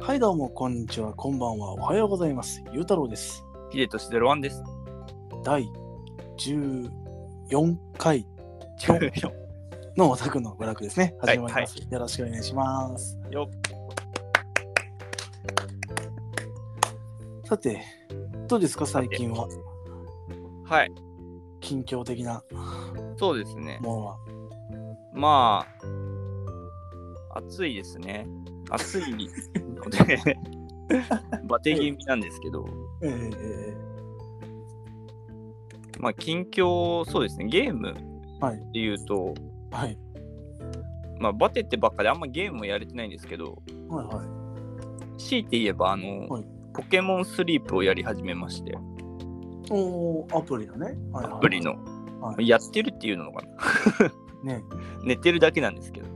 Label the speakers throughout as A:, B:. A: はいどうもこんにちはこんばんはおはようございますゆうたろうです
B: ヒデとしゼロワンです。
A: 第14回
B: よ
A: のオタクの娯楽ですね
B: はい
A: 始まります、よろしくお願いします
B: よ
A: さてどうですか最近は
B: はい、
A: 近況的な
B: そうですね。
A: ものは
B: まあ、暑いですね。暑いので、 バテ気味なんですけど、
A: ええ
B: まあ、近況、そうですね、ゲーム
A: はい
B: っていうと、
A: ええはい
B: まあ、バテってばっかであんまゲームもやれてないんですけど、
A: はいはい
B: 強いて言えば、あの、
A: はい
B: ポケモンスリープをやり始めまして、
A: おーアプリだね、はいはい
B: アプリの。
A: はい
B: やってるっていうのかな。
A: ね
B: 寝てるだけなんですけど、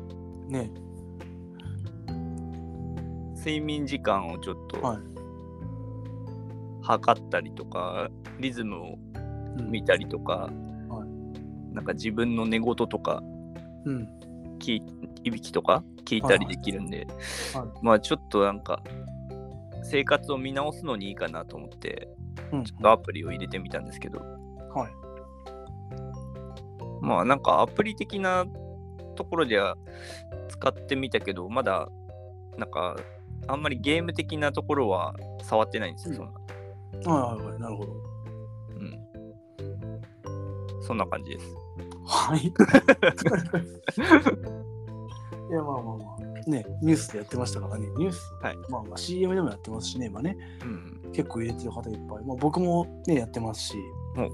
A: ね
B: 睡眠時間をちょっと
A: はい
B: 測ったりとか、リズムを
A: うん
B: 見たりとか、
A: は
B: なんか自分の寝言とか
A: うん
B: 聞いいびきとか聞いたりできるんで、
A: はいは
B: まあちょっとなんか生活を見直すのにいいかなと思って
A: うん
B: ちょっとアプリを入れてみたんですけど、
A: はい
B: まあなんかアプリ的なところでは使ってみたけどまだなんかあんまりゲーム的なところは触ってないんですよ、
A: うん
B: そんな
A: はいはいはいなるほど
B: うん、そんな感じです
A: はいいやまあまあまあねニュースでやってましたからねニュース、
B: はい
A: まあまあ CM でもやってますしね今ね
B: うん
A: 結構入れてる方いっぱい、まあ、僕もねやってますし、
B: は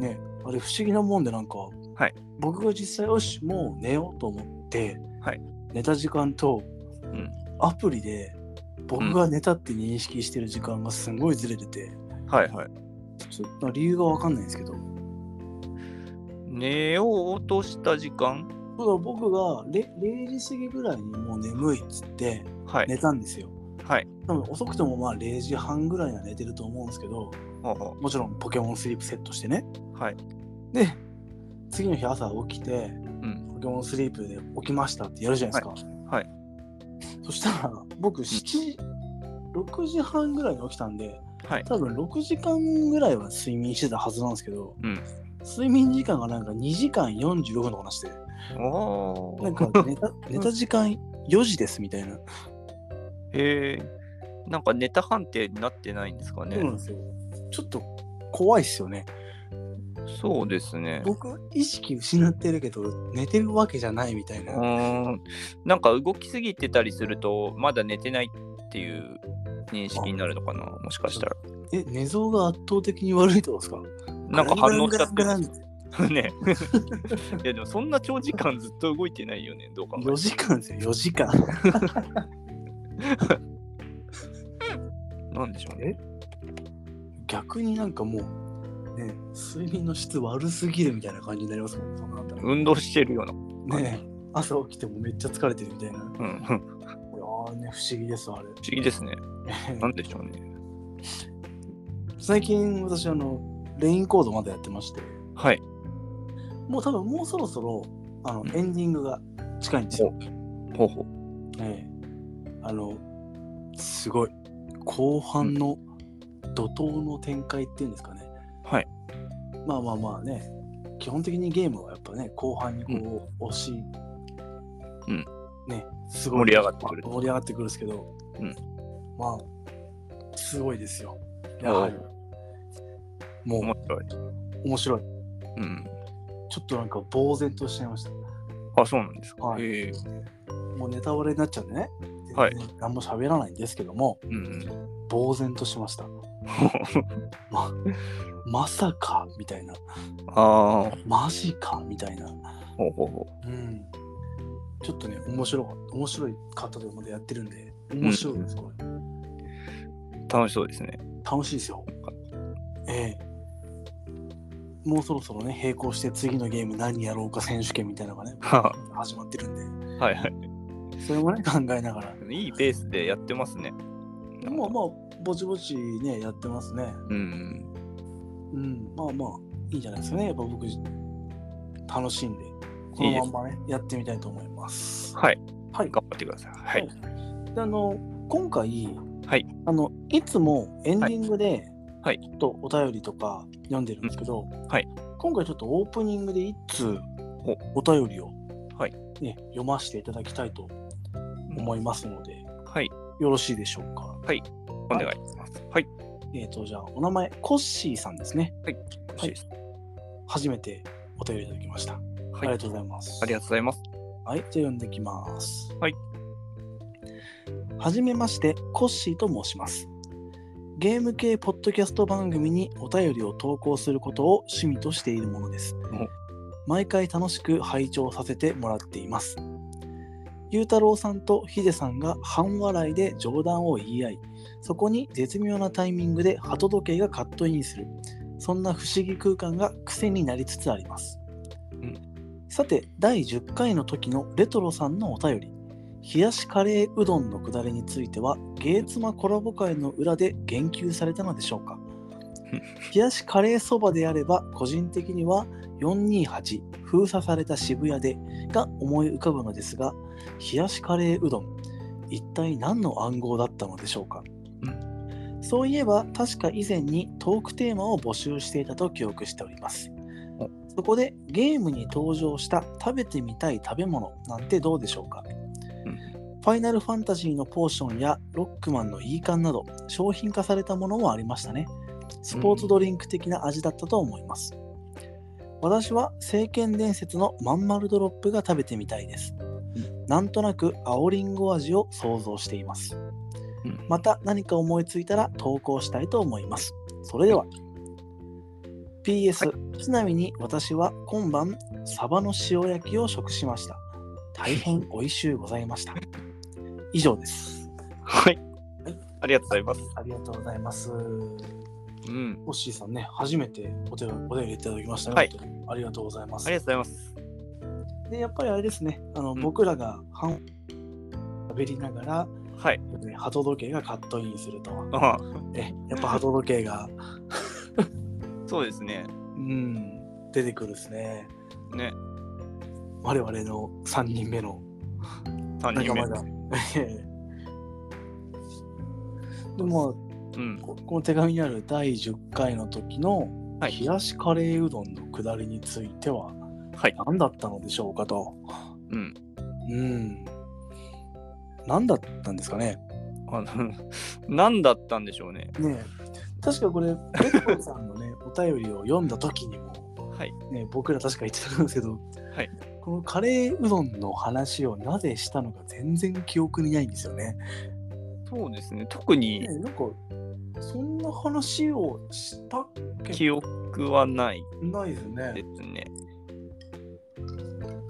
A: ねあれ不思議なもんでなんか、
B: はい
A: 僕が実際よしもう寝ようと思って、
B: はい
A: 寝た時間と、
B: ん
A: アプリで僕が寝たって認識してる時間がすごいずれてて、
B: はいはい
A: ちょっと理由がわかんないんですけど
B: 寝ようとした時間
A: ただ僕がれ0時過ぎぐらいにもう眠いっつって
B: はい
A: 寝たんですよ。
B: はい
A: 多分遅くてもまあ0時半ぐらいには寝てると思うんですけど
B: はあは
A: もちろんポケモンスリープセットしてね。
B: あはい
A: で次の日朝起きて、
B: ん
A: ポケモンスリープで起きましたってやるじゃないですか。
B: はいは
A: そしたら僕7、6時半ぐらいに起きたんで、
B: はい
A: 多分6時間ぐらいは睡眠してたはずなんですけど、
B: うん
A: 睡眠時間がなんか2時間45分とかなして。
B: お
A: なん
B: ー
A: か寝 た寝た時間4時ですみたいな。
B: へえなんかネタ判定になってないんですかね、
A: そうなんですよ。ちょっと怖いっすよね。
B: そうですね
A: 僕、意識失ってるけど、寝てるわけじゃないみたいうな。
B: ーんなんか動きすぎてたりするとまだ寝てないっていう認識になるのかなもしかしたら
A: え、寝相が圧倒的に悪いとかですか
B: なんか反応しちゃって
A: グラン
B: る
A: グラングラングラン
B: ねいやでもそんな長時間ずっと動いてないよねどう考えて
A: 4
B: も
A: 時間ですよ、4時間。
B: なんでしょうね
A: 逆になんかもう、ね、睡眠の質悪すぎるみたいな感じになりますもんね、そんなあったら
B: 運動してるような
A: ね朝起きてもめっちゃ疲れてるみたいな。いや
B: うん不思
A: ーね、不思議ですわ、あれ。
B: 議ですねなんでしょうね
A: 最近私、あの、レインコードまだやってまして。
B: はい
A: もう多分もうそろそろあの、
B: うん
A: エンディングが近いんですよ。
B: ほうほう
A: ええあのすごい後半の怒涛の展開っていうんですかね。
B: はい。
A: まあまあまあね基本的にゲームはやっぱね後半にこう、押し、
B: うん
A: ねすごい
B: 盛り上がってくる
A: 盛り上がってくるんですけど、
B: うん
A: まあすごいですよ。やはりも
B: 面
A: う
B: 白い
A: 面白い。
B: うん
A: ちょっとなんか呆然としちゃいました。
B: あ、そうなんですか。
A: はい
B: へえ
A: もうネタバレになっちゃうんでね、
B: はい
A: 全然何も喋らないんですけども、
B: うん。
A: 呆然としま した。ままさかみたいな、
B: ああ、
A: マジかみたいな、
B: ほうほうほ
A: うん、ちょっとね、面白かった、面白い方でまだやってるんで、面白いです、これ。
B: う。楽しそうですね。
A: 楽しいですよ。ええもうそろそろね、並行して次のゲーム何やろうか選手権みたいなのがね、
B: は
A: 始まってるんで、
B: あはいは
A: それもね、考えながら。
B: い。いいペースでやってますね。
A: まあまあ、ぼちぼちね、やってますね。
B: うん。
A: うん、まあまあいいんじゃないですかね。やっぱ僕、楽しんで、このまんまね、やってみたいと思います。
B: はい。
A: はい。
B: 頑張ってください。はい。
A: であの、今回、
B: はい、
A: あのいつもエンディングで、
B: はい
A: ちょっとお便りとか読んでるんですけど、
B: はい、
A: 今回ちょっとオープニングで一通お便りを、
B: はい
A: ね、読ませていただきたいと思いますので、
B: はい、
A: よろしいでしょうか。
B: お願いします。はい、
A: えっ、と、じゃあ、お名前、コッシーさんですね。
B: はい、
A: 初めてお便りいただきました。あり
B: あり
A: が
B: がと
A: とうございます。
B: うございます。
A: はい、じゃあ読んできます。
B: はい。
A: はじめまして、コッシーと申します。ゲーム系ポッドキャスト番組にお便りを投稿することを趣味としているものです
B: お。
A: 毎回楽しく拝聴させてもらっています。ゆうたろうさんとヒデさんが半笑いで冗談を言い合い、そこに絶妙なタイミングで鳩時計がカットインする、そんな不思議空間が癖になりつつあります。さて第10回の時のレトロさんのお便り冷やしカレーうどんのくだりについてはゲーツマコラボ会の裏で言及されたのでしょうか冷やしカレーそばであれば個人的には428封鎖された渋谷でが思い浮かぶのですが冷やしカレーうどん一体何の暗号だったのでしょうか、そういえば確か以前にトークテーマを募集していたと記憶しておりますそこでゲームに登場した食べてみたい食べ物なんてどうでしょうか、
B: うん
A: ファイナルファンタジーのポーションやロックマンの E 缶など商品化されたものもありましたね。スポーツドリンク的な味だったと思います。私は聖剣伝説のまん丸ドロップが食べてみたいです。なんとなく青りんご味を想像しています
B: うん。
A: また何か思いついたら投稿したいと思います。それでは。PS、ちなみに私は今晩サバの塩焼きを食しました。大変美味しゅうございました。以上です。
B: はい、ありがとうございます。
A: ありがとうございます。
B: うん、
A: おっしーさんね、初めてお手お便りいただきましたね。
B: はい
A: 本当にありがとうございま
B: あ
A: す
B: り。がとうございます。
A: で、やっぱりあれですね、あの、
B: ん
A: 僕らが半喋りながら、
B: はい、
A: ね鳩時計がカットインすると。
B: あ
A: え、やっぱ鳩時計が、
B: そうですね。
A: うん、出てくるですね。
B: ね、
A: 我々の3人目の
B: 三人
A: 仲
B: 目
A: 間。が。ええでも、
B: うん、
A: ここの手紙にある第10回の時の
B: はい
A: 冷やしカレーうどんのくだりについては
B: はい、
A: 何だったのでしょうかと。
B: うん、
A: うん。何だったんですかね。
B: あの、 何だったんでしょうね。
A: ねえ確かこれ、レッコーさんの ね、お便りを読んだ時にも、
B: はい、
A: ね、僕ら確か言ってたんですけど、
B: はい
A: このカレーうどんの話をなぜしたのか全然記憶にないんですよね。
B: そうですね。特に
A: ねえなんか、そんな話をしたく
B: 記憶はない
A: ないです
B: で
A: ね。
B: すね。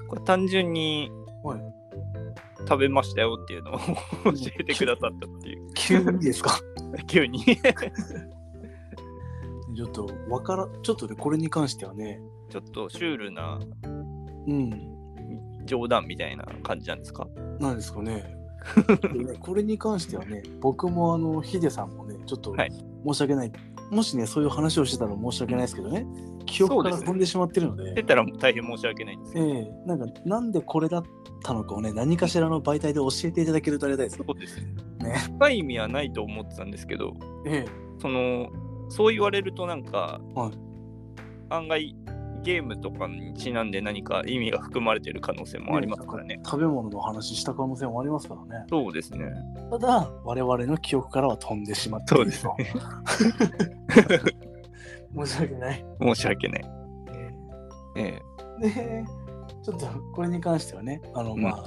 B: これ単純に
A: はい
B: 食べましたよっていうのを 教えてくださったっていう。
A: 急にですか
B: 急に。
A: ちょっとわからちょっとねこれに関してはね
B: ちょっとシュールな
A: うん
B: 冗談みたいな感じなんですか
A: なんですか ねでねこれに関してはね僕もあのヒデさんもねちょっと
B: はい
A: 申し訳ない、もしねそういう話をしてたら申し訳ないですけどね記憶から
B: そうですね
A: 飛んでしまってるので
B: 出たら大変申し訳ないんですけ
A: え
B: ど。
A: えなんかなんでこれだったのかをね何かしらの媒体で教えていただけるとありがたいです
B: そうですね
A: ね。
B: 深い意味はないと思ってたんですけど、
A: え
B: そのそう言われるとなんか、
A: はい
B: 案外ゲームとかにちなんで何か意味が含まれてる可能性もありますからね。
A: 食べ物の話した可能性もありますからね
B: そうですね。
A: ただ我々の記憶からは飛んでしまっていると
B: そう
A: 申し訳ない
B: 申し訳ない。
A: ええ
B: ええ
A: でちょっとこれに関してはねあの
B: うん
A: まあ、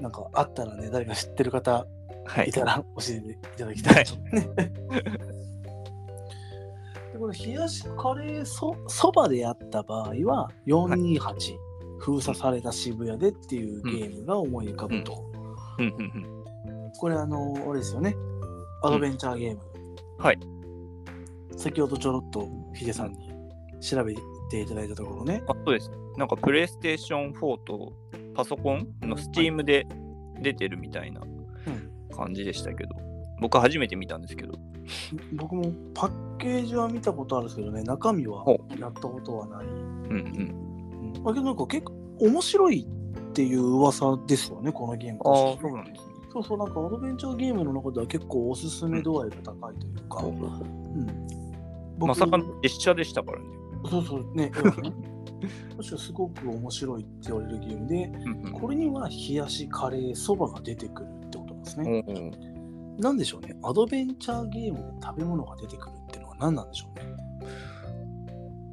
A: なんかあったらね誰か知ってる方
B: はいい。
A: たら教えていただきたい、ねでこれ冷やしカレーそそばであった場合は428、封鎖された渋谷でっていうゲームが思い浮かぶと、
B: うんうん
A: これあのあれですよねアドベンチャーゲーム、
B: はい
A: 先ほどちょろっとヒデさんに調べていただいたところね、
B: うんあそうです。なんかプレイステーション4とパソコンの Steam で出てるみたいな感じでしたけど、僕初めて見たんですけど、
A: 僕もパッケージは見たことあるんですけどね中身は
B: ほ
A: やったことはない、
B: うん
A: うん、だけどなんか結構面白いっていう噂ですよねこのゲーム
B: うん、ああ、
A: 確
B: そ
A: か
B: う
A: に
B: なんですね。
A: そうそう、なんかアドベンチャーゲームの中では結構おすすめ度合いが高いというか、うん僕
B: まさかの列車でしたからね。
A: そうそう ね、確かすごく面白いって言われるゲームで、これには冷やし、カレー、そばが出てくるってことなんです
B: う
A: ね。
B: んうん
A: なんでしょうね、アドベンチャーゲームで食べ物が出てくるっていうのは何なんでしょ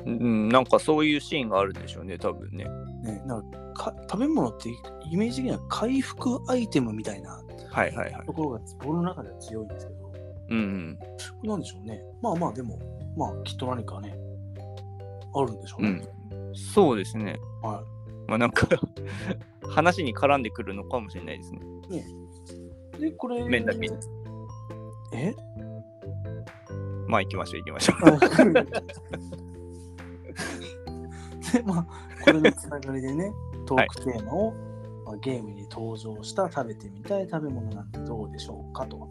A: うね。
B: うん、なんかそういうシーンがあるんでしょうね、多分ね。
A: ねなんかか食べ物ってイメージ的には回復アイテムみたいな
B: はいはいはい。
A: ところが僕の中では強いんですけど、こ
B: うん
A: れなんでしょうね。まあまあ、でも、まあきっと何かね、あるんでしょう
B: うん、う
A: ね。
B: ん。そうですね。
A: はい
B: まあなんか 話に絡んでくるのかもしれないですね。
A: で、これ。
B: 麺だけ
A: え
B: まあ行きましょう行きましょう。
A: あで、まあ、これのつながりでね、トークテーマを、まあ、ゲームに登場した食べてみたい食べ物なんてどうでしょうかと。
B: は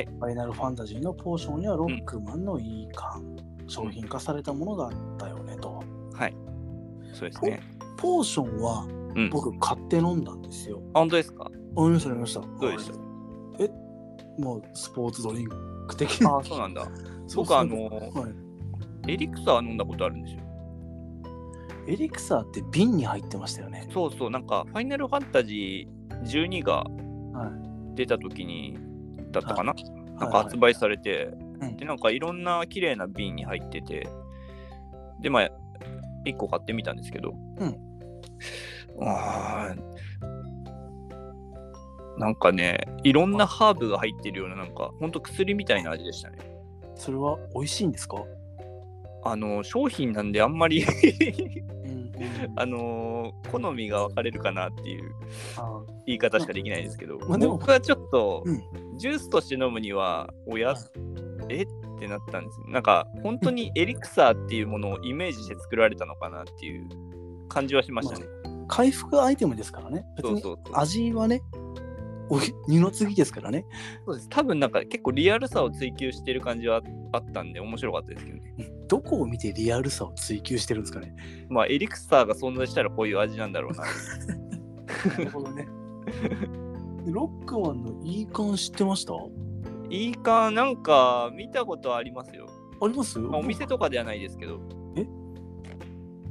B: い
A: ファイナルファンタジーのポーションやロックマンのいい感、商品化されたものだったよねと。
B: はい。そうですね。
A: ポーションは
B: うん。あ
A: 僕買って飲んだんですよ。
B: 本当ですか
A: ありました、ありました。
B: どうでした
A: えもうスポーツドリンク的
B: ああ、そうなんだ。
A: そう
B: 僕あの、
A: はい
B: エリクサー飲んだことあるんですよ。
A: エリクサーって瓶に入ってましたよね。
B: そうそう、なんかファイナルファンタジー12が
A: はい
B: 出た時にだったかな、な
A: は
B: んか
A: いはい
B: 発売されて、
A: うん
B: で、なんかいろんな綺麗な瓶に入ってて、で、まあ、1個買ってみたんですけど、
A: うん
B: あーなんかね、いろんなハーブが入ってるような、なんか、ほんと薬みたいな味でしたね。
A: それは美味しいんですか、
B: あの、商品なんであんまり、
A: うん、
B: あのー好みが分かれるかなっていう言い方しかできないですけど、
A: まあでも
B: 僕はちょっと、
A: うん
B: ジュースとして飲むにはおや、えってなったんですよなんか本当にエリクサーっていうものをイメージして作られたのかなっていう感じはしましたね、
A: 回復アイテムですからね。別
B: そう
A: に
B: そうそう
A: 味はね、お二の次ですからね。
B: そうです多分なんか結構リアルさを追求してる感じはあったんで面白かったですけどね
A: どこを見てリアルさを追求してるんですか ね。
B: まあエリクサーが存在したらこういう味なんだろうな
A: なるほどね。ロックマンのいい感知ってましたあ
B: いいかなんか見たことありますよ、
A: ります、
B: まあお店とかではないですけど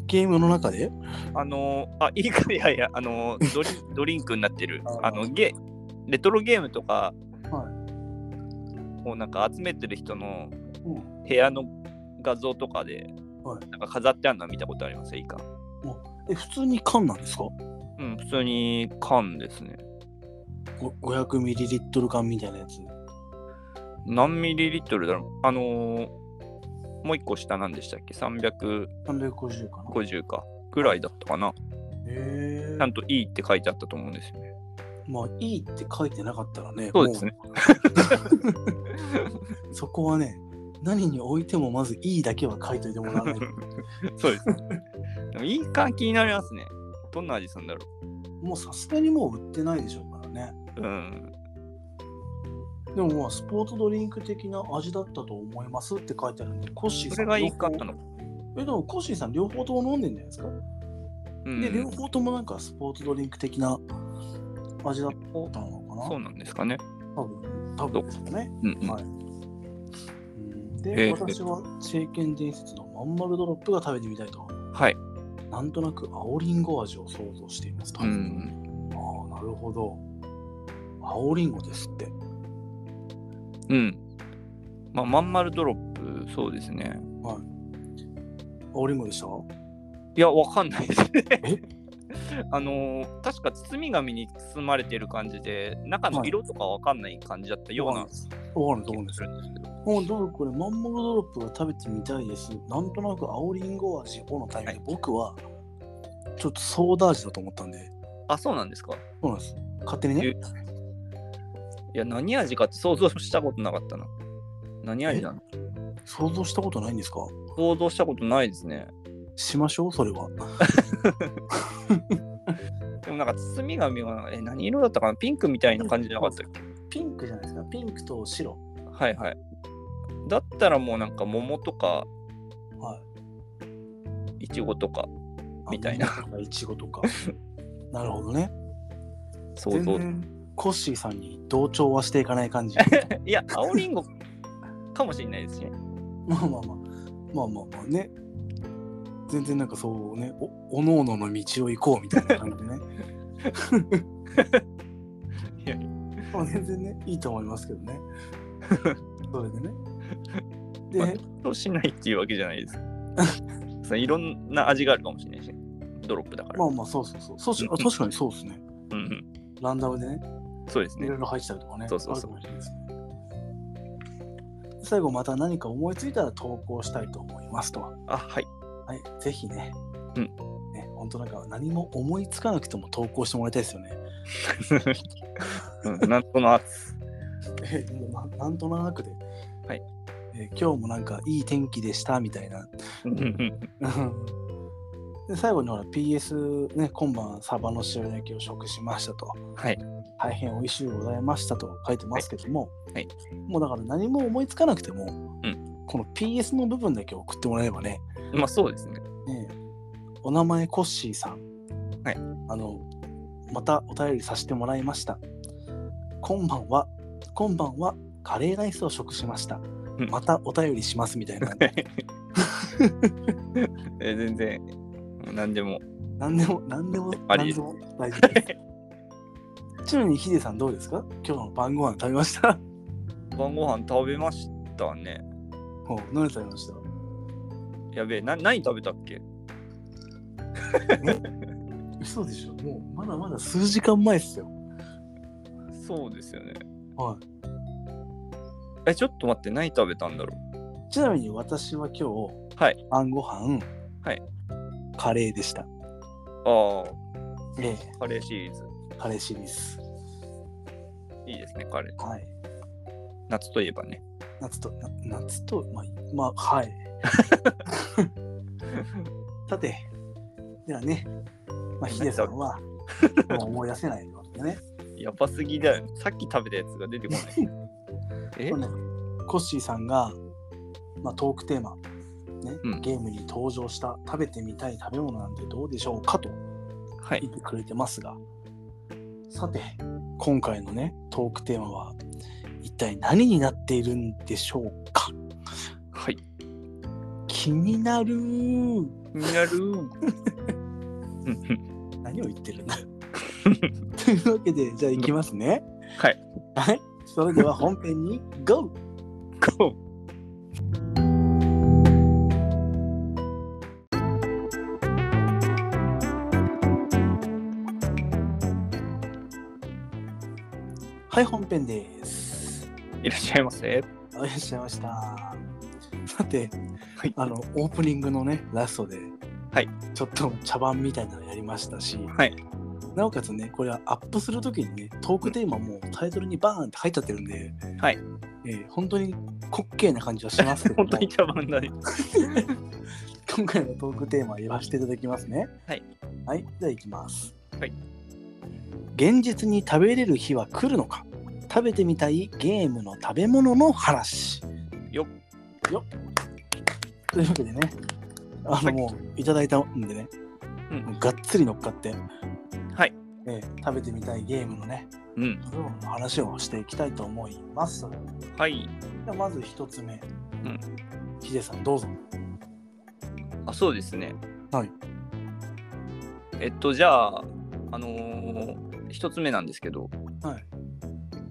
A: ゲームの中で
B: あのーあ、い いか、いやいや、あのー ドリン、ドリンクになってる
A: あ、ー
B: あの、ゲ、レトロゲームとか、
A: は
B: をなんか集めてる人の
A: うん。
B: 部屋の画像とかで、
A: は
B: なんか飾ってあるのは見たことありますいいか。
A: え、普通に缶なんですか
B: うん、普通に缶ですね。
A: ご ?500ml 缶みたいなやつ。
B: 何ミリリットルだろうあのーもう一個下なんでしたっけ ?350
A: 350かな。
B: か。ぐらいだったかな。
A: へ
B: ちゃ
A: え
B: ん。といいって書いてあったと思うんですよね。
A: まあ、いいって書いてなかったらね、
B: そうですね。
A: もうそこはね、何に置いてもまずいいだけは書いといてもらわ ないと。
B: そうですね。でもいい缶気になりますね。どんな味するんだろう
A: もうさすがにもう売ってないでしょうからね。
B: うん、
A: でもまあスポーツドリンク的な味だったと思いますって書いてあるんで、コッシーさん。
B: それがいいかったのか。
A: え、でもコッシーさん両方とも飲んでんじゃないですか。
B: うん、
A: で、両方ともなんかスポーツドリンク的な味だったのかな。
B: そうなんですかね。
A: 多分、多分ですね。
B: うんうん
A: はい。うん
B: え
A: で、
B: え
A: 私は聖剣伝説のまんまるドロップが食べてみたいと。
B: はい。
A: なんとなく青りんご味を想像していますと。
B: うん。
A: ああ、なるほど。青りんごですって。
B: うん。まあ、まん丸ドロップ、そうですね。
A: 青りんごでした
B: いや、わかんないですね
A: え。
B: あのー確か包み紙に包まれてる感じで、中の色とかわかんない感じだったような
A: わかると
B: 気
A: 思うん
B: が
A: ですす
B: るんですけど。
A: もうどうこれマンモグドロップが食べてみたいです。なんとなく青りんご味をのタイミングで、僕はちょっとソーダ味だと思ったんで、
B: あ、そうなんですか。
A: そうなんです。勝手にね
B: え、いや、何味かって想像したことなかったな。何味なの
A: 想像したことないんですか
B: 想像したことないですね。
A: しましょう、それは。
B: でもなんか包み紙がなんか、え、何色だったかなピンクみたいな感じじゃなかったっけ
A: ピンクじゃないですか、ピンクと白。
B: はいはい。だったらもうなんか桃とか
A: はい
B: ちごとか
A: い。
B: みたい な
A: あ。いちごとか。なるほどね。
B: そう
A: 全
B: そう。
A: 然コッシーさんに同調はしていかない 感じ
B: いや、青りんご かもしれないですね。
A: まあまあまあまあまあまあね全然なんかそうねおおのおのの道を行こうみたいな感じでね
B: いや
A: まあ全然ねいいと思いますけどねそれでね
B: まあ
A: で、
B: そうしないっていうわけじゃないです。 そのいろんな味があるかもしれないし、ドロップだから。
A: まあまあそうそうそうそうしあ確かにそうですね
B: うんうん、
A: ランダムでね
B: そうです
A: い
B: ね
A: ろい。ろ入ってたりとかね。
B: そうそうそう
A: あるかもしれないですね最後また何か思いついたら投稿したいと思いますと。は
B: あ、はい。
A: い、ぜひね。
B: うん
A: ね、本当なんか何も思いつかなくても投稿してもらいたいですよね。
B: うん、なんとなく。
A: えも うななんとなくで。
B: はい
A: え今日もなんかいい天気でしたみた いな。
B: うんうん
A: うんで最後にほら PS ね今晩サバの塩焼きを食しましたと
B: うんはい。
A: 大変美味しゅうございましたと書いてますけども、
B: はい
A: もうだから何も思いつかなくても、
B: う
A: この PS の部分だけ送ってもらえればね
B: まあそうですね。
A: ねえお名前コッシーさん、
B: はい
A: あのまたお便りさせてもらいました今晩は今晩はカレーライスを食しました
B: うん
A: またお便りしますみたい な
B: え全然、もう何でも。
A: 何でも何でも
B: あ
A: 何
B: り
A: でも大丈夫です ちなみにヒデさんどうですか今日の晩ご飯食べました
B: 晩ご飯食べましたね。
A: もう何食べました
B: やべえ、な何食べたっけ
A: 嘘でしょもうまだまだ数時間前っすよ
B: そうですよね。
A: は
B: え、ちょっと待って、何食べたんだろ
A: いちなみに私は今日、
B: はい
A: 晩ご飯
B: はい
A: カレーでした
B: う。
A: え
B: ああ、カレーシリーズ。
A: えカレーシリーズ
B: いいですね、カレー。
A: はい
B: 夏といえばね。
A: 夏とな夏とまあまあ はいさてではね、まあ、ヒデさんはもう思い出せないわけで ね
B: やばすぎだよね。さっき食べたやつが出て こない。え
A: これねコッシーさんが、まあ、トークテーマ、ね
B: うん
A: ゲームに登場した食べてみたい食べ物なんてどうでしょうかと
B: はい
A: 言。ってくれてますがさて今回のねトークテーマは一体何になっているんでしょうか
B: はい。
A: 気になる
B: なる。うん
A: 何を言ってるん だというわけでじゃあいきますね
B: はい、
A: はい、それでは本編に GO!
B: こ
A: はい本編です
B: ういらっしゃいませ。
A: あいらっしゃいました。さて、
B: はい
A: あのオープニングのねラストで、
B: はい
A: ちょっと茶番みたいなのやりましたし、
B: はい
A: なおかつねこれはアップするときにねトークテーマもタイトルにバーンって入っちゃってるんで、
B: はい
A: えー本当に滑稽な感じはしますけども
B: 本当に茶番だね。
A: 今回のトークテーマ言わせていただきますね
B: はい、
A: はい、じゃあいきます、
B: はい、
A: 現実に食べれる日は来るのか食べてみたいゲームの食べ物の話
B: よ
A: っよっというわけでねあ
B: は
A: の
B: い
A: もういただいたんでね、
B: うん
A: もうがっつり乗っかって、
B: はい。
A: えー食べてみたいゲームのね
B: うん。
A: 食べ物の話をしていきたいと思いますじ
B: はい。
A: ゃあまず一つ目、
B: ん
A: ヒデさんどうぞ
B: あ、そうですね。
A: はい。
B: えっと、じゃあ、あのー一つ目なんですけど、
A: はい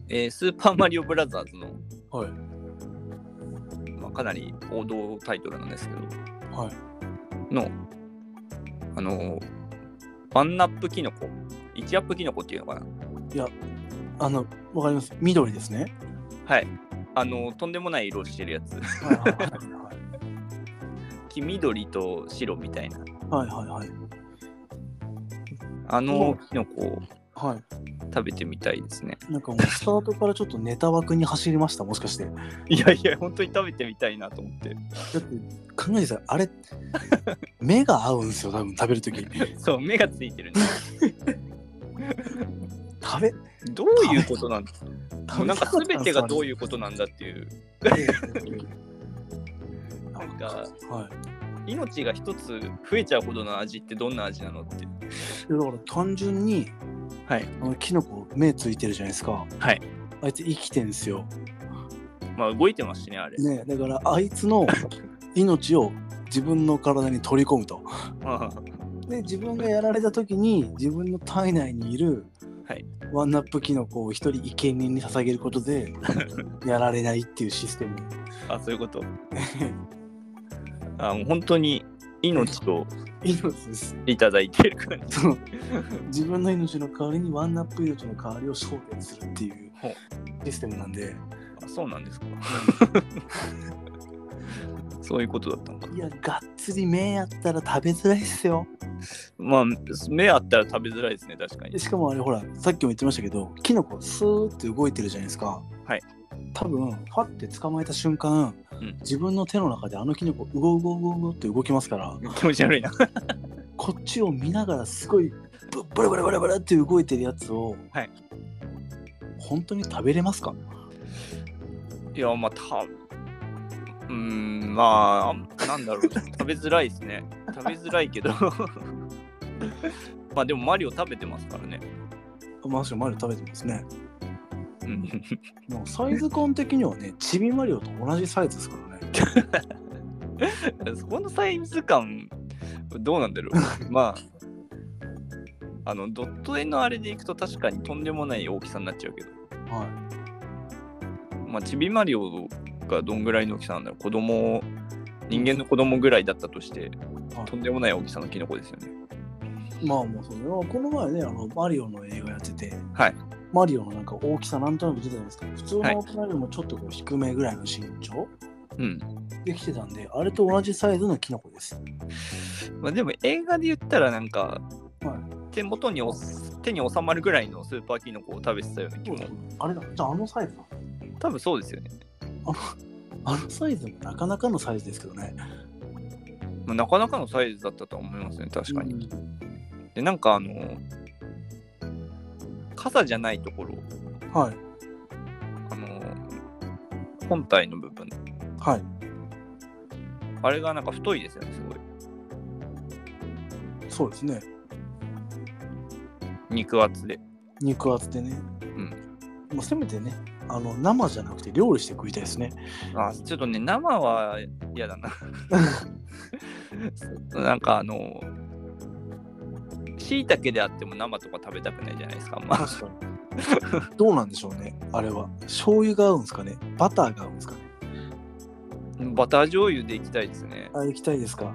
B: えースーパーマリオブラザーズの、
A: はい
B: まあ、かなり王道タイトルなんですけど、
A: はい
B: の、あのーワンナップキノコ、1アップキノコっていうのかな。
A: あのわかります緑ですね
B: はい。あのーとんでもない色してるやつ。
A: は いは
B: 黄緑と白みたいな。
A: いはいはい。
B: あ
A: う
B: の
A: ん
B: キノコを
A: は
B: 食べてみたいですね。
A: い。なんかもうスタートからちょっとネタ枠に走りました、もしかして。だ
B: いやいや、本当に食べてみたいなと思って。
A: って考えてたら、あ れ、目が合うんですよ、多分食べるとき。食
B: そう、目がついてるね。
A: べ、
B: どういうことなんですか
A: 食べ
B: なんか全てがどう
A: いう
B: いうことなんだっていう。
A: なん
B: か
A: はい。
B: 命が一つ増えちゃうほどの味ってどんな味なのって。
A: いやだから単純に、
B: はい。
A: あのキノコ目ついてるじゃないですか
B: はい
A: あいつ生きてんすよ
B: まあ動いてますしね、あれ。
A: ねだからあいつの命を自分の体に取り込むと
B: あ
A: で自分がやられた時に自分の体内にいる
B: はい
A: ワンナップキノコを一人生贄に捧げること でやられないっていうシステム
B: ああ、そういうこと。 あもう本当に命と
A: 命です
B: いただいてる感じ。
A: その自分の命の代わりにワンナップ命の代わりを焦点するっていう
B: ほう
A: システムなん で
B: あそうなんですか。そういうことだったのか。
A: いやがっつり目やったら食べづらいっすよ
B: まあ、目あったら食べづらいですね、確かに
A: で。しかもあれほらさっきも言ってましたけどキノコスーって動いてるじゃないですか
B: はい
A: 多分パッて捕まえた瞬間、
B: うん
A: 自分の手の中であのキノコうごうごうごうごって動きますから
B: 気持ち悪いな。
A: こっちを見ながらすごいブブラブラブラブラって動いてるやつを、
B: はい
A: 本当に食べれますか
B: いや、まあ、たうーん、まあ、なんだろう。食べづらいですね。食べづらいけど。 まあ、でも、マリオ食べてますからね。
A: マジマリオ食べてますね
B: うん
A: でもサイズ感的にはねちびマリオと同じサイズですからね
B: そこのサイズ感、どうなんだろう。まあ、あの、ドット絵のあれでいくと、確かにとんでもない大きさになっちゃうけど。
A: は
B: まあ、ちびマリオがどんぐらいの大きさなんだろう子供人間の子供ぐらいだったとして、
A: はい
B: とんでもない大きさのキノコですよね。
A: いまあもうそれはこの前ねあのマリオの映画やってて
B: はい。
A: マリオのなんか大きさなんとなく出てたんですけど普通
B: はい
A: の大人よりもちょっとこう低めぐらいの身長
B: うん。
A: できてたんで、あれと同じサイズのキノコです
B: まあ、でも映画で言ったらなんか、
A: は
B: 手元におす手に収まるぐらいのスーパーキノコを食べてたような気も、
A: あれだじゃああのサイズだ
B: 多分そうですよね。
A: あのサイズもなかなかのサイズですけどね
B: まあ、なかなかのサイズだったとは思いますね、確かに。
A: うん
B: で、なんかあの、傘じゃないところ、
A: はい
B: あの、本体の部分、
A: はい
B: あれがなんか太いですよね、すごい。
A: そうですね
B: 肉厚で。
A: 肉厚でね
B: ん
A: まあせめてねあの生じゃなくて料理して食いたいですね
B: あちょっとね、生は嫌だな。なんかあの、しいたけであっても生とか食べたくないじゃないですか、あんま。
A: 確かにどうなんでしょうねあれは醤油が合うんですかねバターが合うんですかね
B: バター醤油でいきたいですね。
A: あ行きたいですか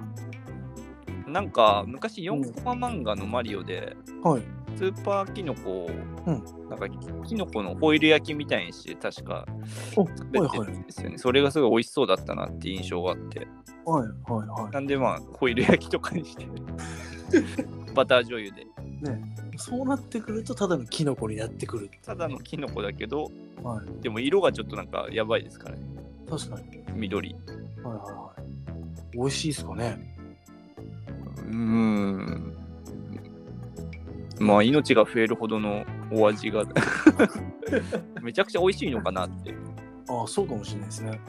B: なんか昔4コマ漫画のマリオで、
A: はい
B: スーパーキノコを、
A: ん
B: なんかキノコのホイル焼きみたいにして確か
A: お
B: 食べ
A: はい
B: て
A: はい
B: るんですよね、それがすごい美味しそうだったなって印象があって
A: はいはいはい
B: なんでまあホイル焼きとかにしてバター醤油で
A: そうなってくるとただのキノコになってくる。
B: ただのキノコだけど
A: はい。
B: でも色がちょっとなんかやばいですからね
A: 確かに。
B: 緑
A: はいはいはい。美味しいですかね。
B: うーんまあ命が増えるほどのお味 がめちゃくちゃ美味しいのかなって
A: ああ、そうかもしれないですね。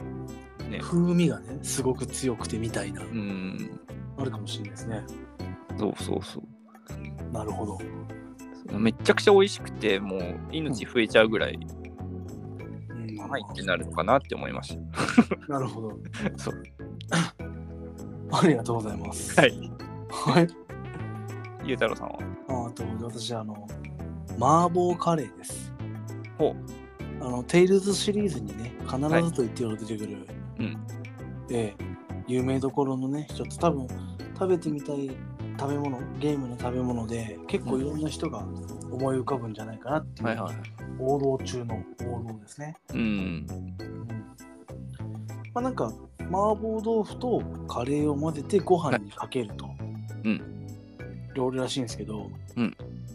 B: ね
A: 風味がね、すごく強くてみたいな、
B: うん
A: あるかもしれないですね。
B: そうそうそ
A: なるほど。
B: うめちゃくちゃ美味しくてもう命増えちゃうぐらい
A: うん、
B: 甘いってなるのかなって思いまし
A: なるほど。
B: そう
A: ありがとうございます。
B: たはい
A: はい。
B: ゆうたろうさんは
A: ああと、私、あの、麻婆カレーです。
B: ほう
A: あの、テイルズシリーズにね、必ずと言ってよる出てくる、
B: うん
A: で、有名どころのね、一つ多分、食べてみたい食べ物、ゲームの食べ物で、結構いろんな人が思い浮かぶんじゃないかなっていう、
B: い
A: 王道中の王道ですね。
B: うん
A: うんまあ、なんか、麻婆豆腐とカレーを混ぜてご飯にかけると、
B: うん
A: 料理らしいんですけど、
B: うん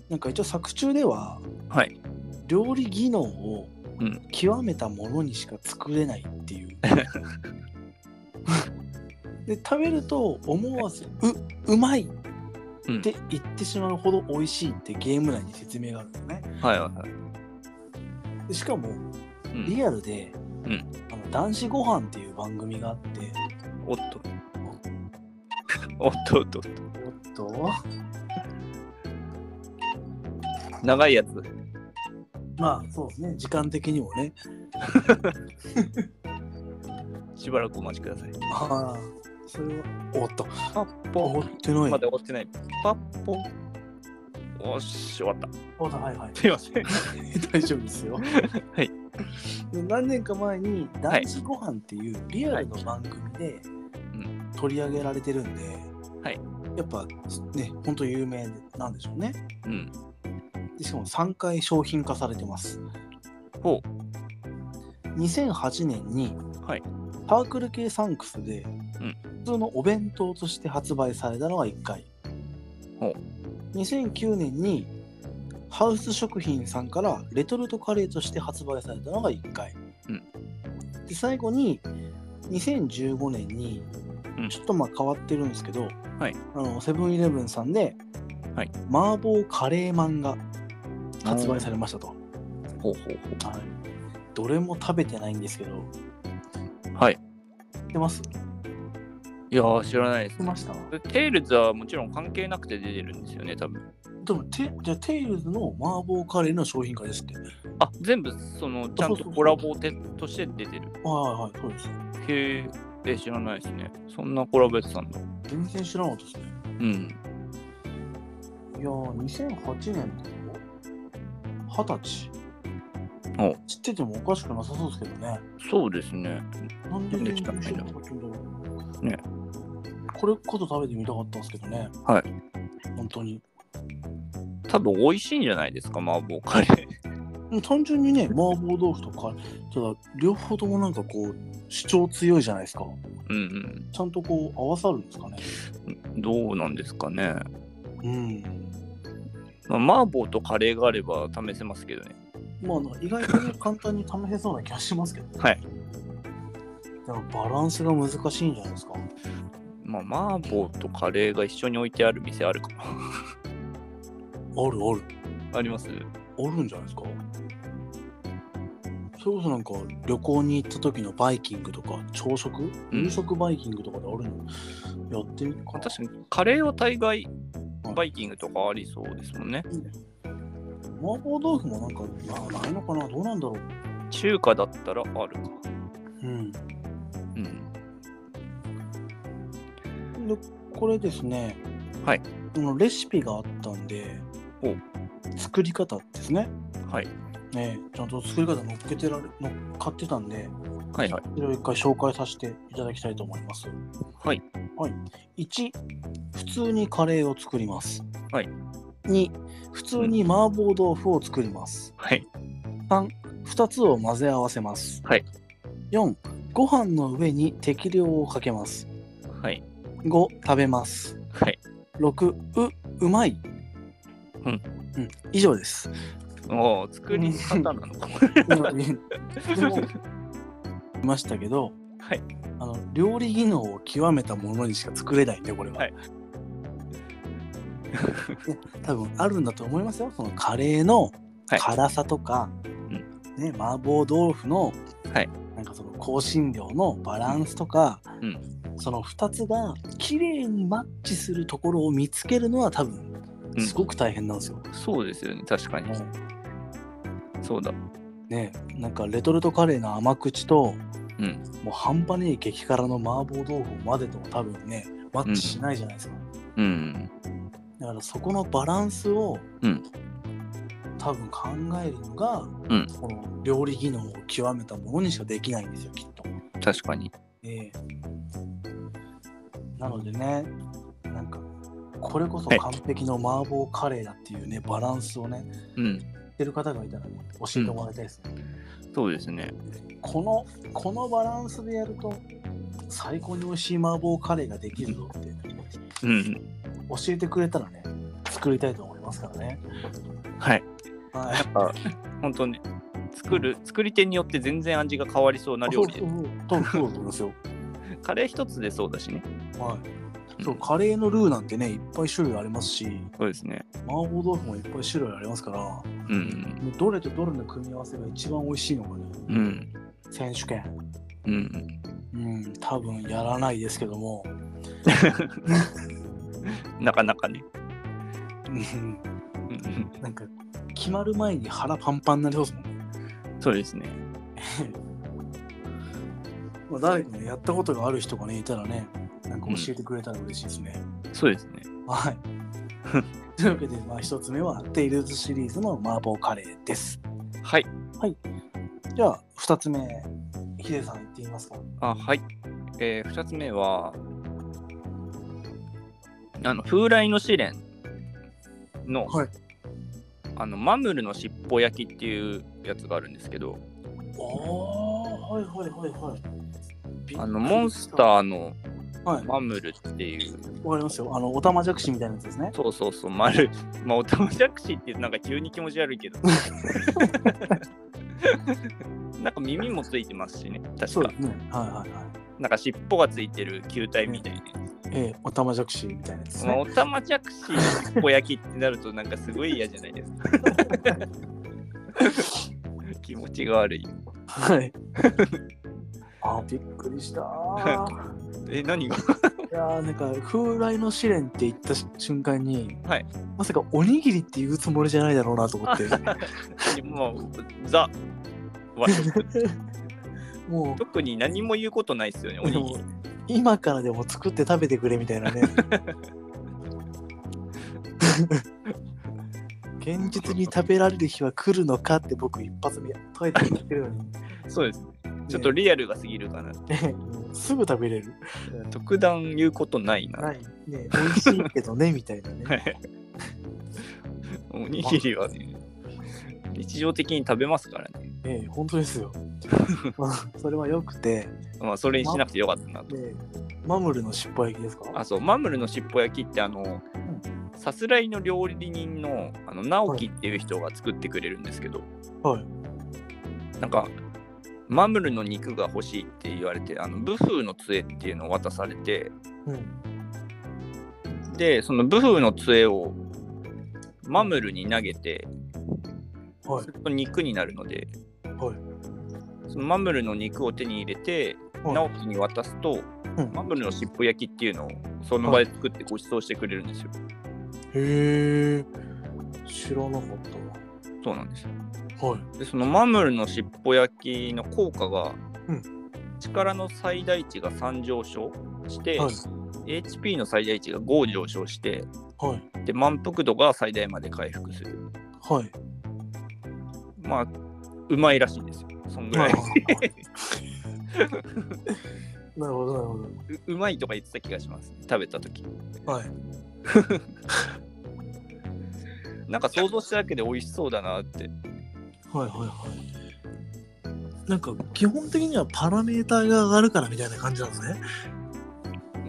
A: なんか一応作中では、
B: はい
A: 料理技能を
B: うん
A: 極めたものにしか作れないって いう。で食べると思わず「ううまい!」って言ってしまうほど美味しいってゲーム内に説明があるんだよね。
B: はいはいはい
A: でしかも
B: うん
A: リアルで、
B: うん
A: あの男子ご飯っていう番組があって
B: おっと おっとおっとおっと
A: おっと
B: 長いやつ。
A: まあそうですね時間的にもね
B: しばらくお待ちください。
A: ああそれはおっと
B: パッ
A: 終
B: ポ
A: わってない
B: まだ終わってない。パッポおっし、終わった。
A: おっとはいはい
B: すいません。
A: 大丈夫ですよはいで何年か前に「男子ご飯っていうリアルの番組で
B: ん
A: 取り上げられてるんで、
B: はい
A: やっぱねほんと有名なんでしょうね
B: うん。
A: でしかも3回商品化されてます
B: ほ
A: 2008年に、
B: はい
A: サークル系サンクスで、
B: ん
A: 普通のお弁当として発売されたのが1回
B: ほ
A: 2009年にハウス食品さんからレトルトカレーとして発売されたのが1回、
B: うん
A: で最後に2015年に、
B: うん
A: ちょっとまあ変わってるんですけど、
B: はい
A: あのセブンイレブンさんで、
B: はい
A: 麻婆カレーマンが
B: う。
A: 発売されましたと、
B: れほうほう
A: はい、どれも食べてないんですけど
B: ほう。はい。
A: 知ってます
B: いやー、知らないです。
A: ました
B: でテイルズはもちろん関係なくて出てるんですよね、多分。
A: でもテじゃあテイルズの麻婆カレーの商品化ですって
B: あ、全部、その、ちゃんとコラボてとして出てる。
A: はいはいそうです
B: へえ、知らないですね。そんなコラボやってたんだ。
A: 全然知らなかったですね
B: うん。
A: いやー2008年ですよ20歳
B: お
A: 知っててもおかしくなさそうですけどね
B: そうですね。
A: なんで全然知らなかったんだろう
B: ね
A: これこそ食べてみたかったんですけどね
B: はい
A: 本当に
B: 多分美味しいんじゃないですか、麻婆カレー。
A: うん単純にね麻婆豆腐とかただ両方ともなんかこう主張強いじゃないですか
B: うん
A: ちゃんとこう合わさるんですかね。
B: うん。どうなんですかね。
A: うん。
B: まあ、麻婆とカレーがあれば試せますけどね。
A: まああの、意外とね、簡単に試せそうな気がしますけど、ね。
B: はい。
A: でもバランスが難しいんじゃないですか。
B: まあ、麻婆とカレーが一緒に置いてある店あるか
A: あるある。
B: な。あります
A: あるんじゃないですか。それこそなんか旅行に行った時のバイキングとか朝食、
B: うん
A: 夕食バイキングとかであるのやってみるかな
B: 確かにカレーは大概バイキングとかありそうですもんね。
A: 麻婆豆腐もなんかなないのかなどうなんだろう
B: 中華だったらあるか。
A: うん
B: うん。
A: でこれですね
B: はい
A: このレシピがあったんで
B: お
A: 作り方ですね
B: はい。
A: ねちゃんと作り方乗っけてられ乗っかってたんで
B: はいはい。
A: それを一回紹介させていただきたいと思います
B: はい。
A: 1普通にカレーを作ります、
B: はい、
A: 2普通に麻婆豆腐を作ります
B: はい。
A: 32つを混ぜ合わせます、
B: はい、
A: 4ご飯の上に適量をかけます
B: はい。
A: 5食べます
B: はい。
A: 6ううまい、
B: うん
A: うん、以上です
B: おー作り方なのか。
A: でも言いましたけど、
B: はい
A: あの料理技能を極めたものにしか作れないんでこれは、
B: はい
A: 多分あるんだと思いますよそのカレーの
B: はい
A: 辛さとか、ね、麻婆豆腐の、
B: はい
A: なんかその香辛料のバランスとか、
B: うん
A: その2つが綺麗にマッチするところを見つけるのは多分
B: うん
A: すごく大変なんですよ。
B: そうですよね。確かに。そうだ。
A: ねなんかレトルトカレーの甘口と、
B: うん
A: もう半端ねえ激辛の麻婆豆腐を混ぜても多分ねマッチしないじゃないですか、
B: うん。
A: だからそこのバランスを、
B: うん
A: 多分考えるのが、
B: うん
A: この料理技能を極めたものにしかできないんですよきっと、
B: 確かに。
A: ええなのでねなんかこれこそ
B: はい
A: 完璧の麻婆カレーだっていうねバランスをね
B: うん。
A: 知ってる方がいたらね教えてもらいたいですね、
B: そうですね。
A: このこのバランスでやると最高に美味しい麻婆カレーができるぞって
B: うん。
A: 教えてくれたらね作りたいと思いますからね
B: はい。
A: は
B: や
A: い
B: っぱ、本当に、作る、作り手によって全然味が変わりそうな
A: そ
B: 料
A: う
B: 理
A: そう
B: で。
A: そうそうそうなんですよ、
B: カレー一つでそうだしね。
A: はい、そうカレーのルーなんてねいっぱい種類ありますし
B: そうですね。
A: 麻婆豆腐もいっぱい種類ありますからも
B: うん。
A: うどれとどれの組み合わせが一番美味しいのかね
B: うん。
A: 選手権
B: うん。
A: うん多分やらないですけども
B: なかなかね。
A: うん
B: うん
A: なんか決まる前に腹パンパンになりそうですもんね。
B: そうですね。
A: まあ、誰かね、やったことがある人がね、いたらね、なんか教えてくれたら嬉しいですね。
B: そうですね。
A: はい。 というわけで、まあ、一つ目は、テイルズシリーズの麻婆カレーです。
B: はい。
A: じゃあ、二つ目、ヒデさん言ってみますか。
B: あ、はい。えー、二つ目は、あの、風来の試練の、
A: はい
B: あの、マムルの尻尾焼きっていうやつがあるんですけど、
A: ああ、はいはいはいはい。
B: あの、モンスターの
A: ー。はい。
B: マムルっていう、
A: わかりますよ。あの、おたまじゃくしみたいなやつですね。
B: そうそうそう、丸、 まあ、おたまじゃくしってなんか急に気持ち悪 いけど。なんか耳もついてますしね、確
A: そう
B: か
A: で。すね。はいはいはい。
B: なんか尻尾がついてる球体みたいな。
A: ええおたまじゃくしみたいなやつです
B: まあ、
A: ね。
B: おたまじゃくし、ぽやきってなると、なんかすごい嫌じゃないですか。 気持ちが悪い。
A: はい。あーびっくりした ー。
B: え、何が
A: いやーなんか風来の試練って言ったし瞬間に、
B: はい
A: まさかおにぎりって言うつもりじゃないだろうなと 思って
B: もう、ザ、和食。
A: もう
B: 特に何も言うことないですよね、おにぎり。
A: 今からでも作って食べてくれみたい なね現実に食べられる日は来るのかって僕一発目問えて言ってるのに、
B: そうです。 ちょっとリアルが過ぎるかな。
A: ねねすぐ食べれる
B: 特段言うことないな。
A: はいね美味しいけどねみたいな
B: は
A: ね
B: いおにぎりはね、日常的に食べますからね。
A: ええ本当です よまあそれはよくて
B: まあ、それにしなくてよかったなと。
A: でマムルの尻尾焼きですか
B: あ、そう、マムルの尻尾焼きって、あの、さすらいの料理人の、あの、直樹っていう人が作ってくれるんですけど、
A: はい
B: なんか、マムルの肉が欲しいって言われて、あの、ブフーの杖っていうのを渡されて、
A: うん
B: で、そのブフーの杖をマムルに投げて、
A: はい
B: すると肉になるので、
A: はい
B: そのマムルの肉を手に入れて、
A: はい
B: 直樹に渡すと、
A: うん
B: マムルの尻尾焼きっていうのをその場で作ってご馳走してくれるんですよ。
A: へえ知らなかっ
B: そうなんですよ。
A: たわはい
B: でそのマムルの尻尾焼きの効果が、
A: うん
B: 力の最大値が3上昇して、
A: はい
B: HP の最大値が5上昇して
A: はい
B: で満腹度が最大まで回復する
A: はい
B: まあうまいらしいんですよそんぐらい
A: なるほどなるほ
B: ううまいとか言ってた気がします食べた時
A: どはい
B: なんか想像しただけで美味しそうだなって
A: はいはいはいなんか基本的にはパラメーターが上がるからみたいな感じなんですね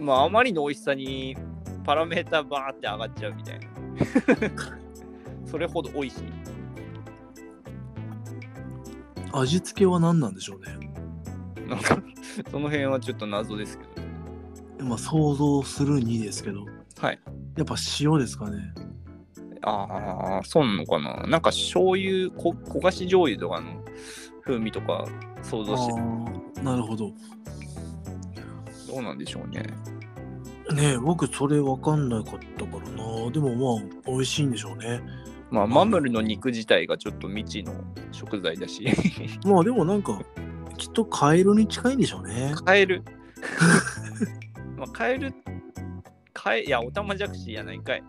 B: まああまりの美味しさにパラメーターバーって上がっちゃうみたいなそれほど美味しい
A: 味付けは何なんでしょうね
B: なんかその辺はちょっと謎ですけど
A: まあ想像するにですけど
B: はい
A: やっぱ塩ですかね
B: ああ、そうなのかな。なんか醤油、こ焦がし醤油とかの風味とか想像して
A: ああなるほど
B: どうなんでしょうね。
A: ねえ僕それ分かんなかったからなでもまあ美味しいんでしょうね
B: まあ、マムルの肉自体がちょっと未知の食材だし、
A: まあでもなんかきっとカエルに近いんでしょうね
B: カエル。 まあ、カエル、カエいや、オタマジャクシやない かい。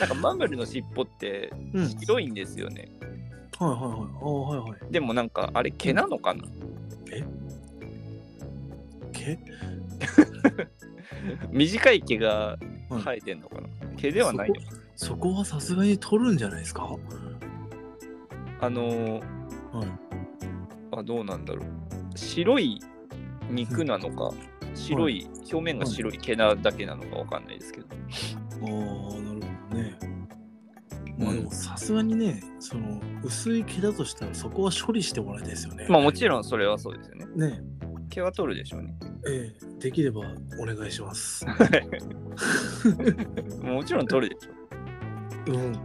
B: なんかマムルの尻尾って
A: うんはい
B: 広いんですよね。
A: はいはいああはいはい
B: でもなんか、あれ毛なのかな
A: 毛
B: 短い毛が
A: うん
B: 生えてんのかな、毛ではないのかな
A: そこはさすがに取るんじゃないですかはい
B: あのーあどうなんだろう白い肉なのか、白い表面が白い毛なだけなのかわかんないですけど、
A: ああなるほどねまあでもさすがにねその薄い毛だとしたらそこは処理してもらいたいですよね
B: まあもちろんそれはそうですよね
A: ね
B: 毛は取るでしょうね
A: えええできればお願いします
B: もちろん取るでしょ
A: うん